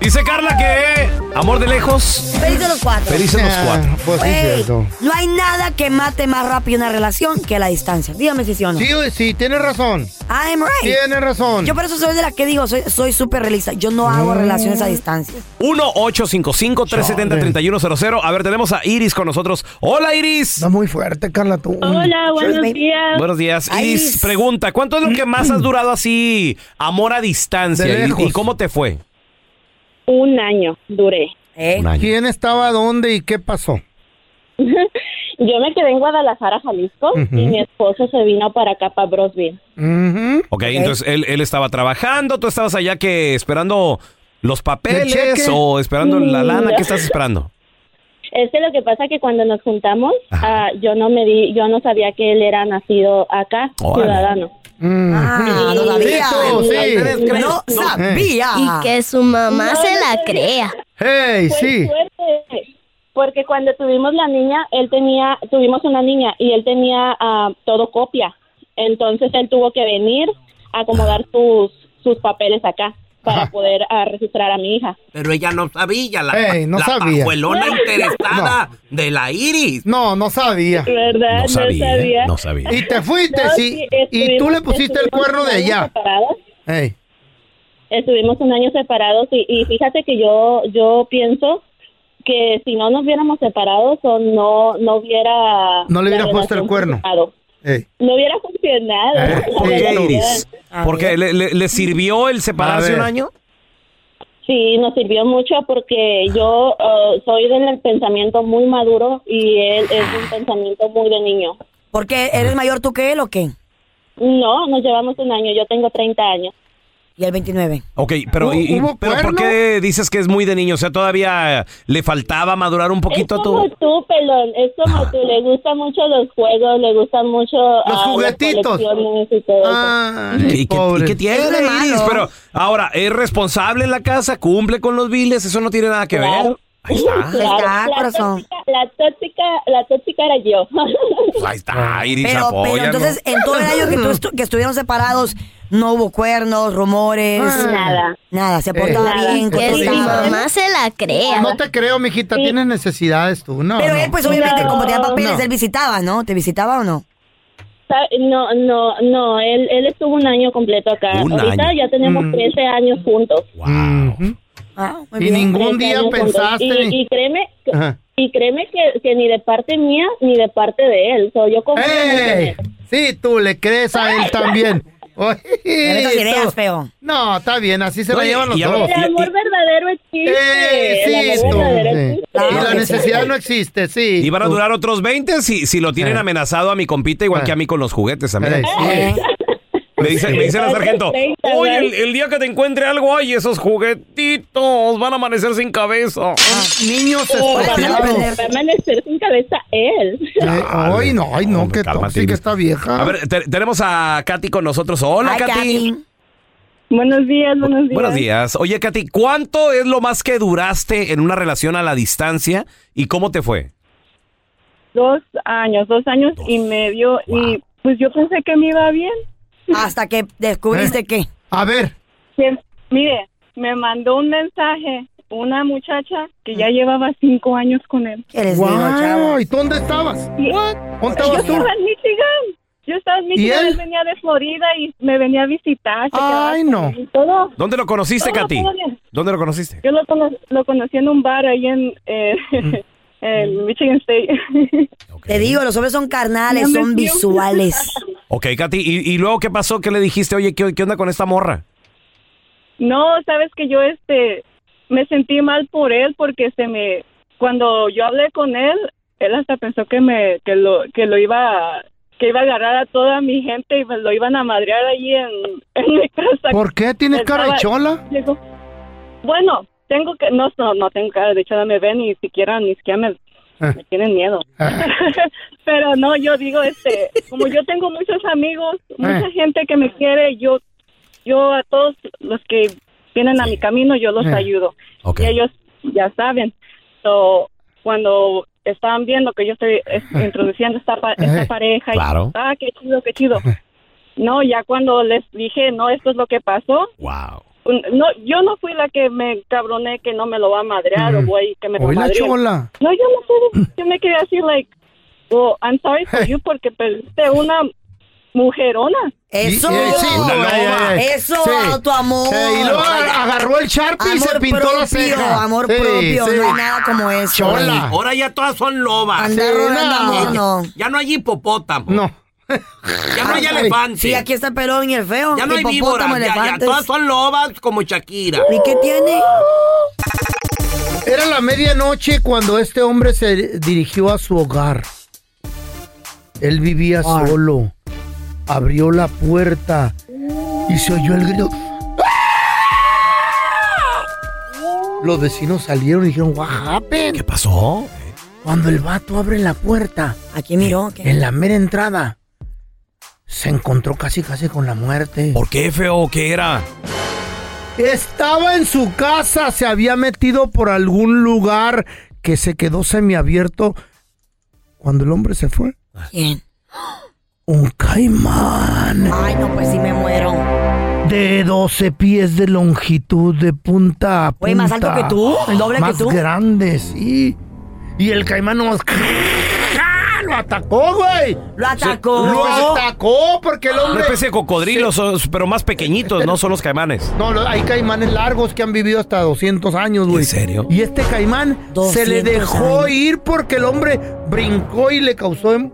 [SPEAKER 5] Dice Carla que amor de lejos.
[SPEAKER 3] Felices los cuatro.
[SPEAKER 5] Felices los cuatro.
[SPEAKER 2] pues sí,
[SPEAKER 3] Güey,
[SPEAKER 2] cierto.
[SPEAKER 3] No hay nada que mate más rápido una relación que la distancia. Dígame si sí o no.
[SPEAKER 2] Sí, sí, tienes razón.
[SPEAKER 3] I'm right.
[SPEAKER 2] Tienes razón. Mm.
[SPEAKER 3] Yo por eso soy de la que digo, soy soy súper realista. Yo no hago relaciones a distancia.
[SPEAKER 5] 1-855-370-3100. A ver, tenemos a Iris con nosotros. Hola, Iris.
[SPEAKER 21] Está muy fuerte, Carla, tú.
[SPEAKER 22] Hola, Ah, buenos días.
[SPEAKER 5] Buenos días. Iris, pregunta, ¿cuánto es lo que más has durado así, amor a distancia?
[SPEAKER 21] De
[SPEAKER 5] ¿Y-
[SPEAKER 21] lejos.
[SPEAKER 5] ¿Y, cómo te fue?
[SPEAKER 22] Un año duré.
[SPEAKER 9] Eh.
[SPEAKER 5] Un año.
[SPEAKER 2] ¿Quién estaba dónde y qué pasó?
[SPEAKER 22] Yo me quedé en Guadalajara, Jalisco,
[SPEAKER 5] Ujú.
[SPEAKER 22] y mi esposo se vino para acá, para Brosville.
[SPEAKER 5] ok, entonces él, él estaba trabajando, tú estabas allá que esperando los
[SPEAKER 22] ¿El cheque? Mm.
[SPEAKER 5] papeles o esperando la lana. ¿Qué estás esperando?
[SPEAKER 22] Este lo que pasa que cuando nos juntamos, ah, yo no me di, yo no sabía que él era nacido acá,
[SPEAKER 9] Órale.
[SPEAKER 22] ciudadano.
[SPEAKER 9] Ah,
[SPEAKER 22] no sabía.
[SPEAKER 9] tú, sí.
[SPEAKER 22] No sabía.
[SPEAKER 9] Y que su mamá
[SPEAKER 22] No,
[SPEAKER 9] se la
[SPEAKER 22] no sabía.
[SPEAKER 9] crea.
[SPEAKER 2] ¡Hey,
[SPEAKER 22] Fue suerte, Porque cuando tuvimos la niña, él tenía, tuvimos una niña y él tenía ah, todo copia. Entonces él tuvo que venir a acomodar sus, sus papeles acá para poder ah, registrar a mi hija.
[SPEAKER 23] Pero ella no sabía, la,
[SPEAKER 22] Ey, no
[SPEAKER 23] la
[SPEAKER 22] sabía.
[SPEAKER 23] pajuelona
[SPEAKER 22] pues,
[SPEAKER 23] interesada de la Iris.
[SPEAKER 2] No, no sabía.
[SPEAKER 22] ¿Verdad?
[SPEAKER 23] No sabía, No sabía. no sabía.
[SPEAKER 2] Y te fuiste,
[SPEAKER 22] No,
[SPEAKER 2] sí.
[SPEAKER 22] sí,
[SPEAKER 2] y tú
[SPEAKER 22] estuvimos-
[SPEAKER 2] le pusiste el
[SPEAKER 22] estuvimos
[SPEAKER 2] cuerno de
[SPEAKER 22] un año
[SPEAKER 2] allá.
[SPEAKER 22] separados.
[SPEAKER 2] Ey.
[SPEAKER 22] Estuvimos un año separados y, y fíjate que yo yo pienso que si no nos hubiéramos separados o no no hubiera
[SPEAKER 2] No le
[SPEAKER 22] la
[SPEAKER 2] hubieras puesto el
[SPEAKER 22] relación
[SPEAKER 2] cuerno.
[SPEAKER 22] funcionado.
[SPEAKER 2] Ey.
[SPEAKER 22] No hubiera funcionado.
[SPEAKER 5] ¿Eh? ¿Por qué, Iris?
[SPEAKER 22] A
[SPEAKER 5] ¿Por qué? ¿Le, le- le sirvió el separarse
[SPEAKER 22] ver.
[SPEAKER 5] un año?
[SPEAKER 22] Sí, nos sirvió mucho porque yo eh, soy del pensamiento muy maduro y él es un pensamiento muy de niño.
[SPEAKER 3] ¿Por qué? ¿Eres mayor tú que él o qué?
[SPEAKER 22] No, nos llevamos un año. Yo tengo 30 años.
[SPEAKER 3] Y el 29.
[SPEAKER 5] Ok, pero, y-
[SPEAKER 22] ¿Hubo
[SPEAKER 5] pero ¿por
[SPEAKER 22] cuerno?
[SPEAKER 5] qué dices que es muy de niño? O sea, todavía le faltaba madurar un poquito
[SPEAKER 22] es
[SPEAKER 5] a
[SPEAKER 22] como
[SPEAKER 5] tu...
[SPEAKER 22] tú, pelón. Es como tú. Le gustan mucho los juegos, le gustan mucho ah, las
[SPEAKER 5] juguetitos. Ah.
[SPEAKER 22] colecciones y todo eso.
[SPEAKER 5] ¿Y qué, y qué tiene,
[SPEAKER 22] Es malo.
[SPEAKER 5] Iris? Pero ahora, ¿es responsable en la casa? ¿Cumple con los biles? Eso no tiene nada que ver. Ahí está.
[SPEAKER 3] Ahí está,
[SPEAKER 22] la
[SPEAKER 3] corazón.
[SPEAKER 22] tóxica- La tóxica, la tóxica era yo.
[SPEAKER 5] Ahí está, Iris,
[SPEAKER 3] Pero, pero
[SPEAKER 5] apóyanos.
[SPEAKER 3] entonces, en todo el año que, tú estu- que estuvieron separados, no hubo cuernos, rumores.
[SPEAKER 22] Nada.
[SPEAKER 3] Nada, se
[SPEAKER 2] Eh,
[SPEAKER 3] portaba
[SPEAKER 2] nada.
[SPEAKER 3] bien.
[SPEAKER 2] Que
[SPEAKER 3] cotorreaba.
[SPEAKER 2] su mamá
[SPEAKER 9] se la crea.
[SPEAKER 2] No te creo, mijita, tienes necesidades tú. No,
[SPEAKER 3] Pero
[SPEAKER 2] no.
[SPEAKER 3] él, pues obviamente, como tenía papeles,
[SPEAKER 2] No.
[SPEAKER 3] él visitaba, ¿no? ¿Te visitaba o no?
[SPEAKER 22] Sa- No, no, no, él, él estuvo un año completo acá.
[SPEAKER 2] Un
[SPEAKER 22] Ahorita
[SPEAKER 2] año.
[SPEAKER 22] ya tenemos
[SPEAKER 2] Mm.
[SPEAKER 22] 13 años juntos.
[SPEAKER 2] Ujú.
[SPEAKER 3] muy
[SPEAKER 2] y
[SPEAKER 22] 13
[SPEAKER 2] ningún día
[SPEAKER 22] años juntos.
[SPEAKER 2] pensaste.
[SPEAKER 22] Y, y créeme, que-
[SPEAKER 2] Ajá.
[SPEAKER 22] y créeme que, que ni de parte mía ni de parte de él. So, yo confío mucho en
[SPEAKER 2] ¡Ey!
[SPEAKER 22] él.
[SPEAKER 2] Sí, tú le crees a él también. Oye,
[SPEAKER 22] esas ideas,
[SPEAKER 2] tú.
[SPEAKER 3] feo.
[SPEAKER 2] No, está bien, así se
[SPEAKER 5] No,
[SPEAKER 2] la
[SPEAKER 5] y-
[SPEAKER 2] llevan los
[SPEAKER 5] y ahora-
[SPEAKER 2] dos.
[SPEAKER 5] El amor
[SPEAKER 2] Y-
[SPEAKER 22] verdadero existe.
[SPEAKER 2] Eh,
[SPEAKER 22] El
[SPEAKER 2] sí,
[SPEAKER 22] amor
[SPEAKER 2] tú,
[SPEAKER 22] verdadero
[SPEAKER 2] sí.
[SPEAKER 22] existe.
[SPEAKER 2] Y la necesidad no existe, sí.
[SPEAKER 5] Y van a
[SPEAKER 2] tú.
[SPEAKER 5] durar otros 20 si, si lo tienen
[SPEAKER 2] Eh.
[SPEAKER 5] amenazado a mi compita, igual que a mí con los juguetes también.
[SPEAKER 2] Eh, sí.
[SPEAKER 5] Me dice, me dice la sargento, oye, el, el día que te encuentre algo, ay, esos juguetitos van a amanecer sin cabeza.
[SPEAKER 2] Niños
[SPEAKER 22] Oh,
[SPEAKER 5] especiales.
[SPEAKER 24] Va a amanecer sin cabeza él.
[SPEAKER 2] Ay, no, ay, no, qué tóxica está vieja.
[SPEAKER 5] A ver, te- tenemos a Katy con nosotros. Hola, Katy.
[SPEAKER 24] Buenos días, buenos días.
[SPEAKER 5] Buenos días. Oye, Katy, ¿cuánto es lo más que duraste en una relación a la distancia y cómo te fue?
[SPEAKER 24] Dos años, dos años y medio. Y pues yo pensé que me iba bien.
[SPEAKER 3] Hasta que descubriste que.
[SPEAKER 2] Eh, A ver.
[SPEAKER 24] mire, me mandó un mensaje una muchacha que ya llevaba cinco años con él.
[SPEAKER 2] Mm. Guau, ¿Y dónde estabas?
[SPEAKER 24] Y-
[SPEAKER 2] ¿Dónde
[SPEAKER 24] yo
[SPEAKER 2] estabas tú?
[SPEAKER 24] estaba en Michigan. Yo estaba en Michigan,
[SPEAKER 2] él?
[SPEAKER 24] él venía de Florida y me venía a visitar. se quedaba
[SPEAKER 2] Ay,
[SPEAKER 24] conmigo
[SPEAKER 2] no.
[SPEAKER 24] y Todo.
[SPEAKER 5] ¿Dónde lo conociste,
[SPEAKER 24] Todo,
[SPEAKER 5] Katy?
[SPEAKER 24] todo bien.
[SPEAKER 5] ¿Dónde lo conociste?
[SPEAKER 24] Yo lo, cono- lo conocí en un bar ahí en, eh, en Michigan State.
[SPEAKER 3] Te digo, los hombres son carnales, son visuales.
[SPEAKER 5] Ok, Katy, ¿y, y luego qué pasó? ¿Qué le dijiste? Oye, ¿qué, qué onda con esta morra?
[SPEAKER 24] No, sabes que yo este me sentí mal por él porque se me cuando yo hablé con él, él hasta pensó que me que lo que lo iba a- que iba a agarrar a toda mi gente y me lo iban a madrear allí en, en mi casa.
[SPEAKER 2] ¿Por qué? ¿Tienes cara de
[SPEAKER 24] Estaba-
[SPEAKER 2] chola?
[SPEAKER 24] llegó- Bueno, tengo que no no no tengo cara de chola, me ven ni siquiera ni siquiera me me tienen miedo. Pero no, yo digo, este, como yo tengo muchos amigos,
[SPEAKER 8] Eh.
[SPEAKER 24] mucha gente que me quiere, yo, yo a todos los que vienen a mi camino, yo los
[SPEAKER 8] Eh.
[SPEAKER 24] ayudo. Y ellos ya saben. So, cuando estaban viendo que yo estoy es, introduciendo esta, pa- esta
[SPEAKER 8] Eh,
[SPEAKER 24] pareja, y,
[SPEAKER 8] claro. Eh.
[SPEAKER 24] ah, qué chido, qué chido. No, ya cuando les dije, no, esto es lo que pasó.
[SPEAKER 5] Wow.
[SPEAKER 24] No, yo no fui la que me encabroné que no me lo va a madrear
[SPEAKER 8] Mm.
[SPEAKER 24] o voy que me lo
[SPEAKER 2] Hoy la
[SPEAKER 24] madree.
[SPEAKER 2] chola.
[SPEAKER 24] No, yo no
[SPEAKER 2] Mm.
[SPEAKER 24] sé. Yo me quedé así, like, well, I'm sorry for you porque perdiste una mujerona.
[SPEAKER 3] Eso,
[SPEAKER 2] Una loba.
[SPEAKER 3] eso,
[SPEAKER 2] Sí.
[SPEAKER 3] autoamor.
[SPEAKER 2] Sí, y luego ag- agarró el Sharpie y
[SPEAKER 3] Amor
[SPEAKER 2] se pintó la
[SPEAKER 3] propio,
[SPEAKER 2] ceja.
[SPEAKER 3] Amor
[SPEAKER 2] Sí,
[SPEAKER 3] propio,
[SPEAKER 2] sí.
[SPEAKER 3] no hay nada como eso.
[SPEAKER 2] Chola.
[SPEAKER 25] Ahora ya todas son lobas.
[SPEAKER 3] Andar Sí, rodando no. amor, no.
[SPEAKER 25] Ya no hay hipopótamo.
[SPEAKER 2] No.
[SPEAKER 25] Ya no hay elefante.
[SPEAKER 3] Sí, aquí está el pelón y el feo.
[SPEAKER 25] Ya no hay víboras.
[SPEAKER 3] Hipopótamo,
[SPEAKER 25] Ya, ya
[SPEAKER 3] elefantes.
[SPEAKER 25] todas son lobas como Shakira.
[SPEAKER 3] ¿Y qué tiene?
[SPEAKER 2] Era la medianoche cuando este hombre se dirigió a su hogar. Él vivía solo. Abrió la puerta y se oyó el grito. Los vecinos salieron y dijeron, "What happened?"
[SPEAKER 5] ¿Qué pasó?
[SPEAKER 2] Cuando el vato abre la puerta,
[SPEAKER 3] aquí miró que
[SPEAKER 2] en la mera entrada se encontró casi casi con la muerte.
[SPEAKER 5] ¿Por qué feo? ¿Qué era?
[SPEAKER 2] Estaba en su casa, se había metido por algún lugar que se quedó semiabierto cuando el hombre se fue.
[SPEAKER 3] ¿Quién?
[SPEAKER 2] Un caimán
[SPEAKER 3] Ay, no, pues sí me muero.
[SPEAKER 2] de 12 pies de longitud, de punta a punta.
[SPEAKER 3] Güey, ¿más alto que tú? ¿El doble que
[SPEAKER 2] Más
[SPEAKER 3] tú?
[SPEAKER 2] grande, sí. Y el caimán nomás... ¡ah! Lo atacó, güey.
[SPEAKER 3] Lo atacó.
[SPEAKER 2] Lo atacó porque el hombre...
[SPEAKER 5] Una especie de cocodrilos, son- pero más pequeñitos, no son los caimanes.
[SPEAKER 2] No, lo- hay caimanes largos que han vivido hasta 200 años, güey. ¿En serio? Y este caimán se
[SPEAKER 5] 200
[SPEAKER 2] le dejó ir porque el hombre brincó y le causó em-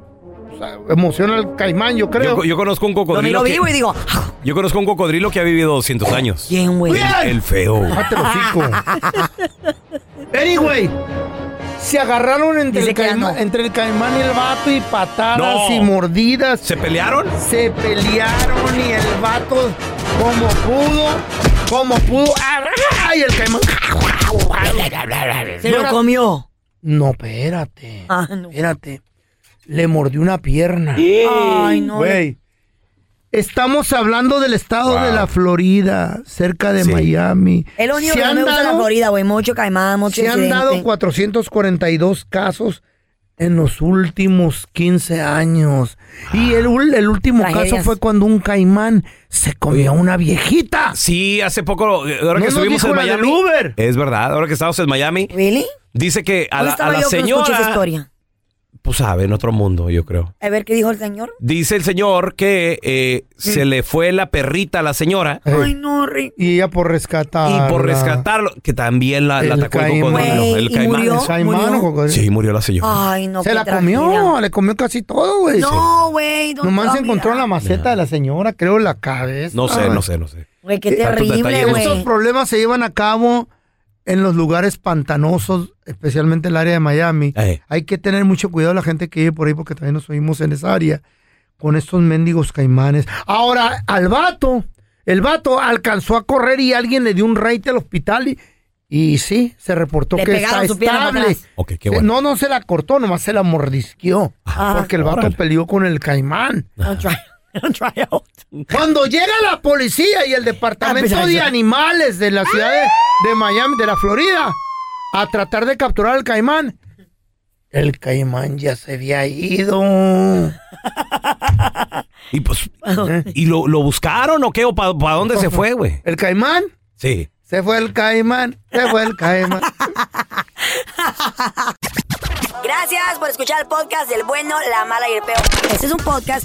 [SPEAKER 2] o sea, emoción al caimán, yo creo.
[SPEAKER 5] Yo, yo conozco un cocodrilo. que- Yo conozco un cocodrilo que ha vivido 200 años.
[SPEAKER 3] ¿Quién, güey?
[SPEAKER 5] El, el feo.
[SPEAKER 2] Cállate el hocico. Anyway, se agarraron entre el, caima- entre el caimán y el vato y patadas
[SPEAKER 5] No.
[SPEAKER 2] y mordidas.
[SPEAKER 5] ¿Se pelearon?
[SPEAKER 2] Se pelearon y el vato como pudo, como pudo. ¡Ay, el caimán!
[SPEAKER 3] Se lo comió. Ah,
[SPEAKER 2] No, espérate. Espérate. Le mordió una pierna.
[SPEAKER 3] Ay, no.
[SPEAKER 2] Güey. Estamos hablando del estado de la Florida, cerca de Miami.
[SPEAKER 3] Es lo único
[SPEAKER 2] Se
[SPEAKER 3] que no
[SPEAKER 2] han
[SPEAKER 3] me gusta de la
[SPEAKER 2] dado-
[SPEAKER 3] Florida, güey. Mucho caimán, mucho
[SPEAKER 2] se han
[SPEAKER 3] incidente.
[SPEAKER 2] dado 442 casos en los últimos 15 años. Y el, ul- el último
[SPEAKER 5] Tragedias.
[SPEAKER 2] caso fue cuando un caimán se comió a una viejita.
[SPEAKER 5] Sí, hace poco, ahora
[SPEAKER 2] No
[SPEAKER 5] que
[SPEAKER 2] nos
[SPEAKER 5] estuvimos
[SPEAKER 2] dijo
[SPEAKER 5] en
[SPEAKER 2] la del
[SPEAKER 5] Miami.
[SPEAKER 2] Uber.
[SPEAKER 5] Es verdad, ahora que estamos en Miami.
[SPEAKER 3] ¿Really?
[SPEAKER 5] Dice que a
[SPEAKER 3] ¿Dónde
[SPEAKER 5] la, a
[SPEAKER 3] estaba
[SPEAKER 5] la
[SPEAKER 3] yo cuando escuché esa
[SPEAKER 5] señora.
[SPEAKER 3] historia?
[SPEAKER 5] Pues sabe, en otro mundo, yo creo.
[SPEAKER 3] A ver, ¿qué dijo el señor?
[SPEAKER 5] Dice el señor que eh,
[SPEAKER 2] Mm.
[SPEAKER 5] se le fue la perrita a la señora.
[SPEAKER 3] Ay, no, Rick.
[SPEAKER 2] Y ella por rescatar.
[SPEAKER 5] Y por rescatarlo, que también la, la
[SPEAKER 2] El
[SPEAKER 5] atacó el
[SPEAKER 2] caimán.
[SPEAKER 5] cocodrilo.
[SPEAKER 2] Güey,
[SPEAKER 5] el
[SPEAKER 2] ¿y
[SPEAKER 5] caimán.
[SPEAKER 2] murió? ¿El caimán o cocodrilo?
[SPEAKER 5] Sí, murió la señora.
[SPEAKER 3] Ay, no,
[SPEAKER 2] Se
[SPEAKER 3] qué
[SPEAKER 2] la
[SPEAKER 3] tragedia.
[SPEAKER 2] comió, le comió casi todo, güey.
[SPEAKER 3] No, güey. ¿dónde
[SPEAKER 2] Nomás
[SPEAKER 3] va
[SPEAKER 2] se
[SPEAKER 3] a
[SPEAKER 2] encontró en la maceta de la señora, creo, la cabeza.
[SPEAKER 5] No sé, no sé, no sé.
[SPEAKER 3] mirar? Güey, qué
[SPEAKER 2] Eh,
[SPEAKER 17] Eh,
[SPEAKER 5] Tantos
[SPEAKER 3] terrible,
[SPEAKER 5] detalles.
[SPEAKER 3] güey.
[SPEAKER 2] Estos problemas se llevan a cabo en los lugares pantanosos,
[SPEAKER 17] Eh.
[SPEAKER 2] especialmente el área de Miami. Hay que tener mucho cuidado la gente que vive por ahí porque también nos oímos en esa área. con estos mendigos caimanes. Ahora, al vato, el vato alcanzó a correr y alguien le dio un reite al hospital y, y sí, se reportó
[SPEAKER 3] Le
[SPEAKER 2] que
[SPEAKER 3] pegaron
[SPEAKER 2] está
[SPEAKER 3] su pierna para
[SPEAKER 2] estable. Eh,
[SPEAKER 3] atrás.
[SPEAKER 17] Ok, qué bueno.
[SPEAKER 2] No, no se la cortó, nomás se la mordisqueó.
[SPEAKER 3] Ah.
[SPEAKER 2] porque el vato peleó con el caimán. Cuando llega la policía y el
[SPEAKER 3] Ah,
[SPEAKER 2] departamento
[SPEAKER 3] pues,
[SPEAKER 2] de
[SPEAKER 3] ahí-
[SPEAKER 2] animales de la ciudad de, de Miami, de la Florida, a tratar de capturar al caimán, el caimán ya se había ido.
[SPEAKER 26] Y pues, ¿y lo, lo buscaron o qué? ¿O para dónde se fue, güey?
[SPEAKER 2] ¿El caimán?
[SPEAKER 26] Sí.
[SPEAKER 2] Se fue el caimán, se fue el caimán.
[SPEAKER 3] Gracias por escuchar el podcast del bueno, la mala y el peor. Este es un podcast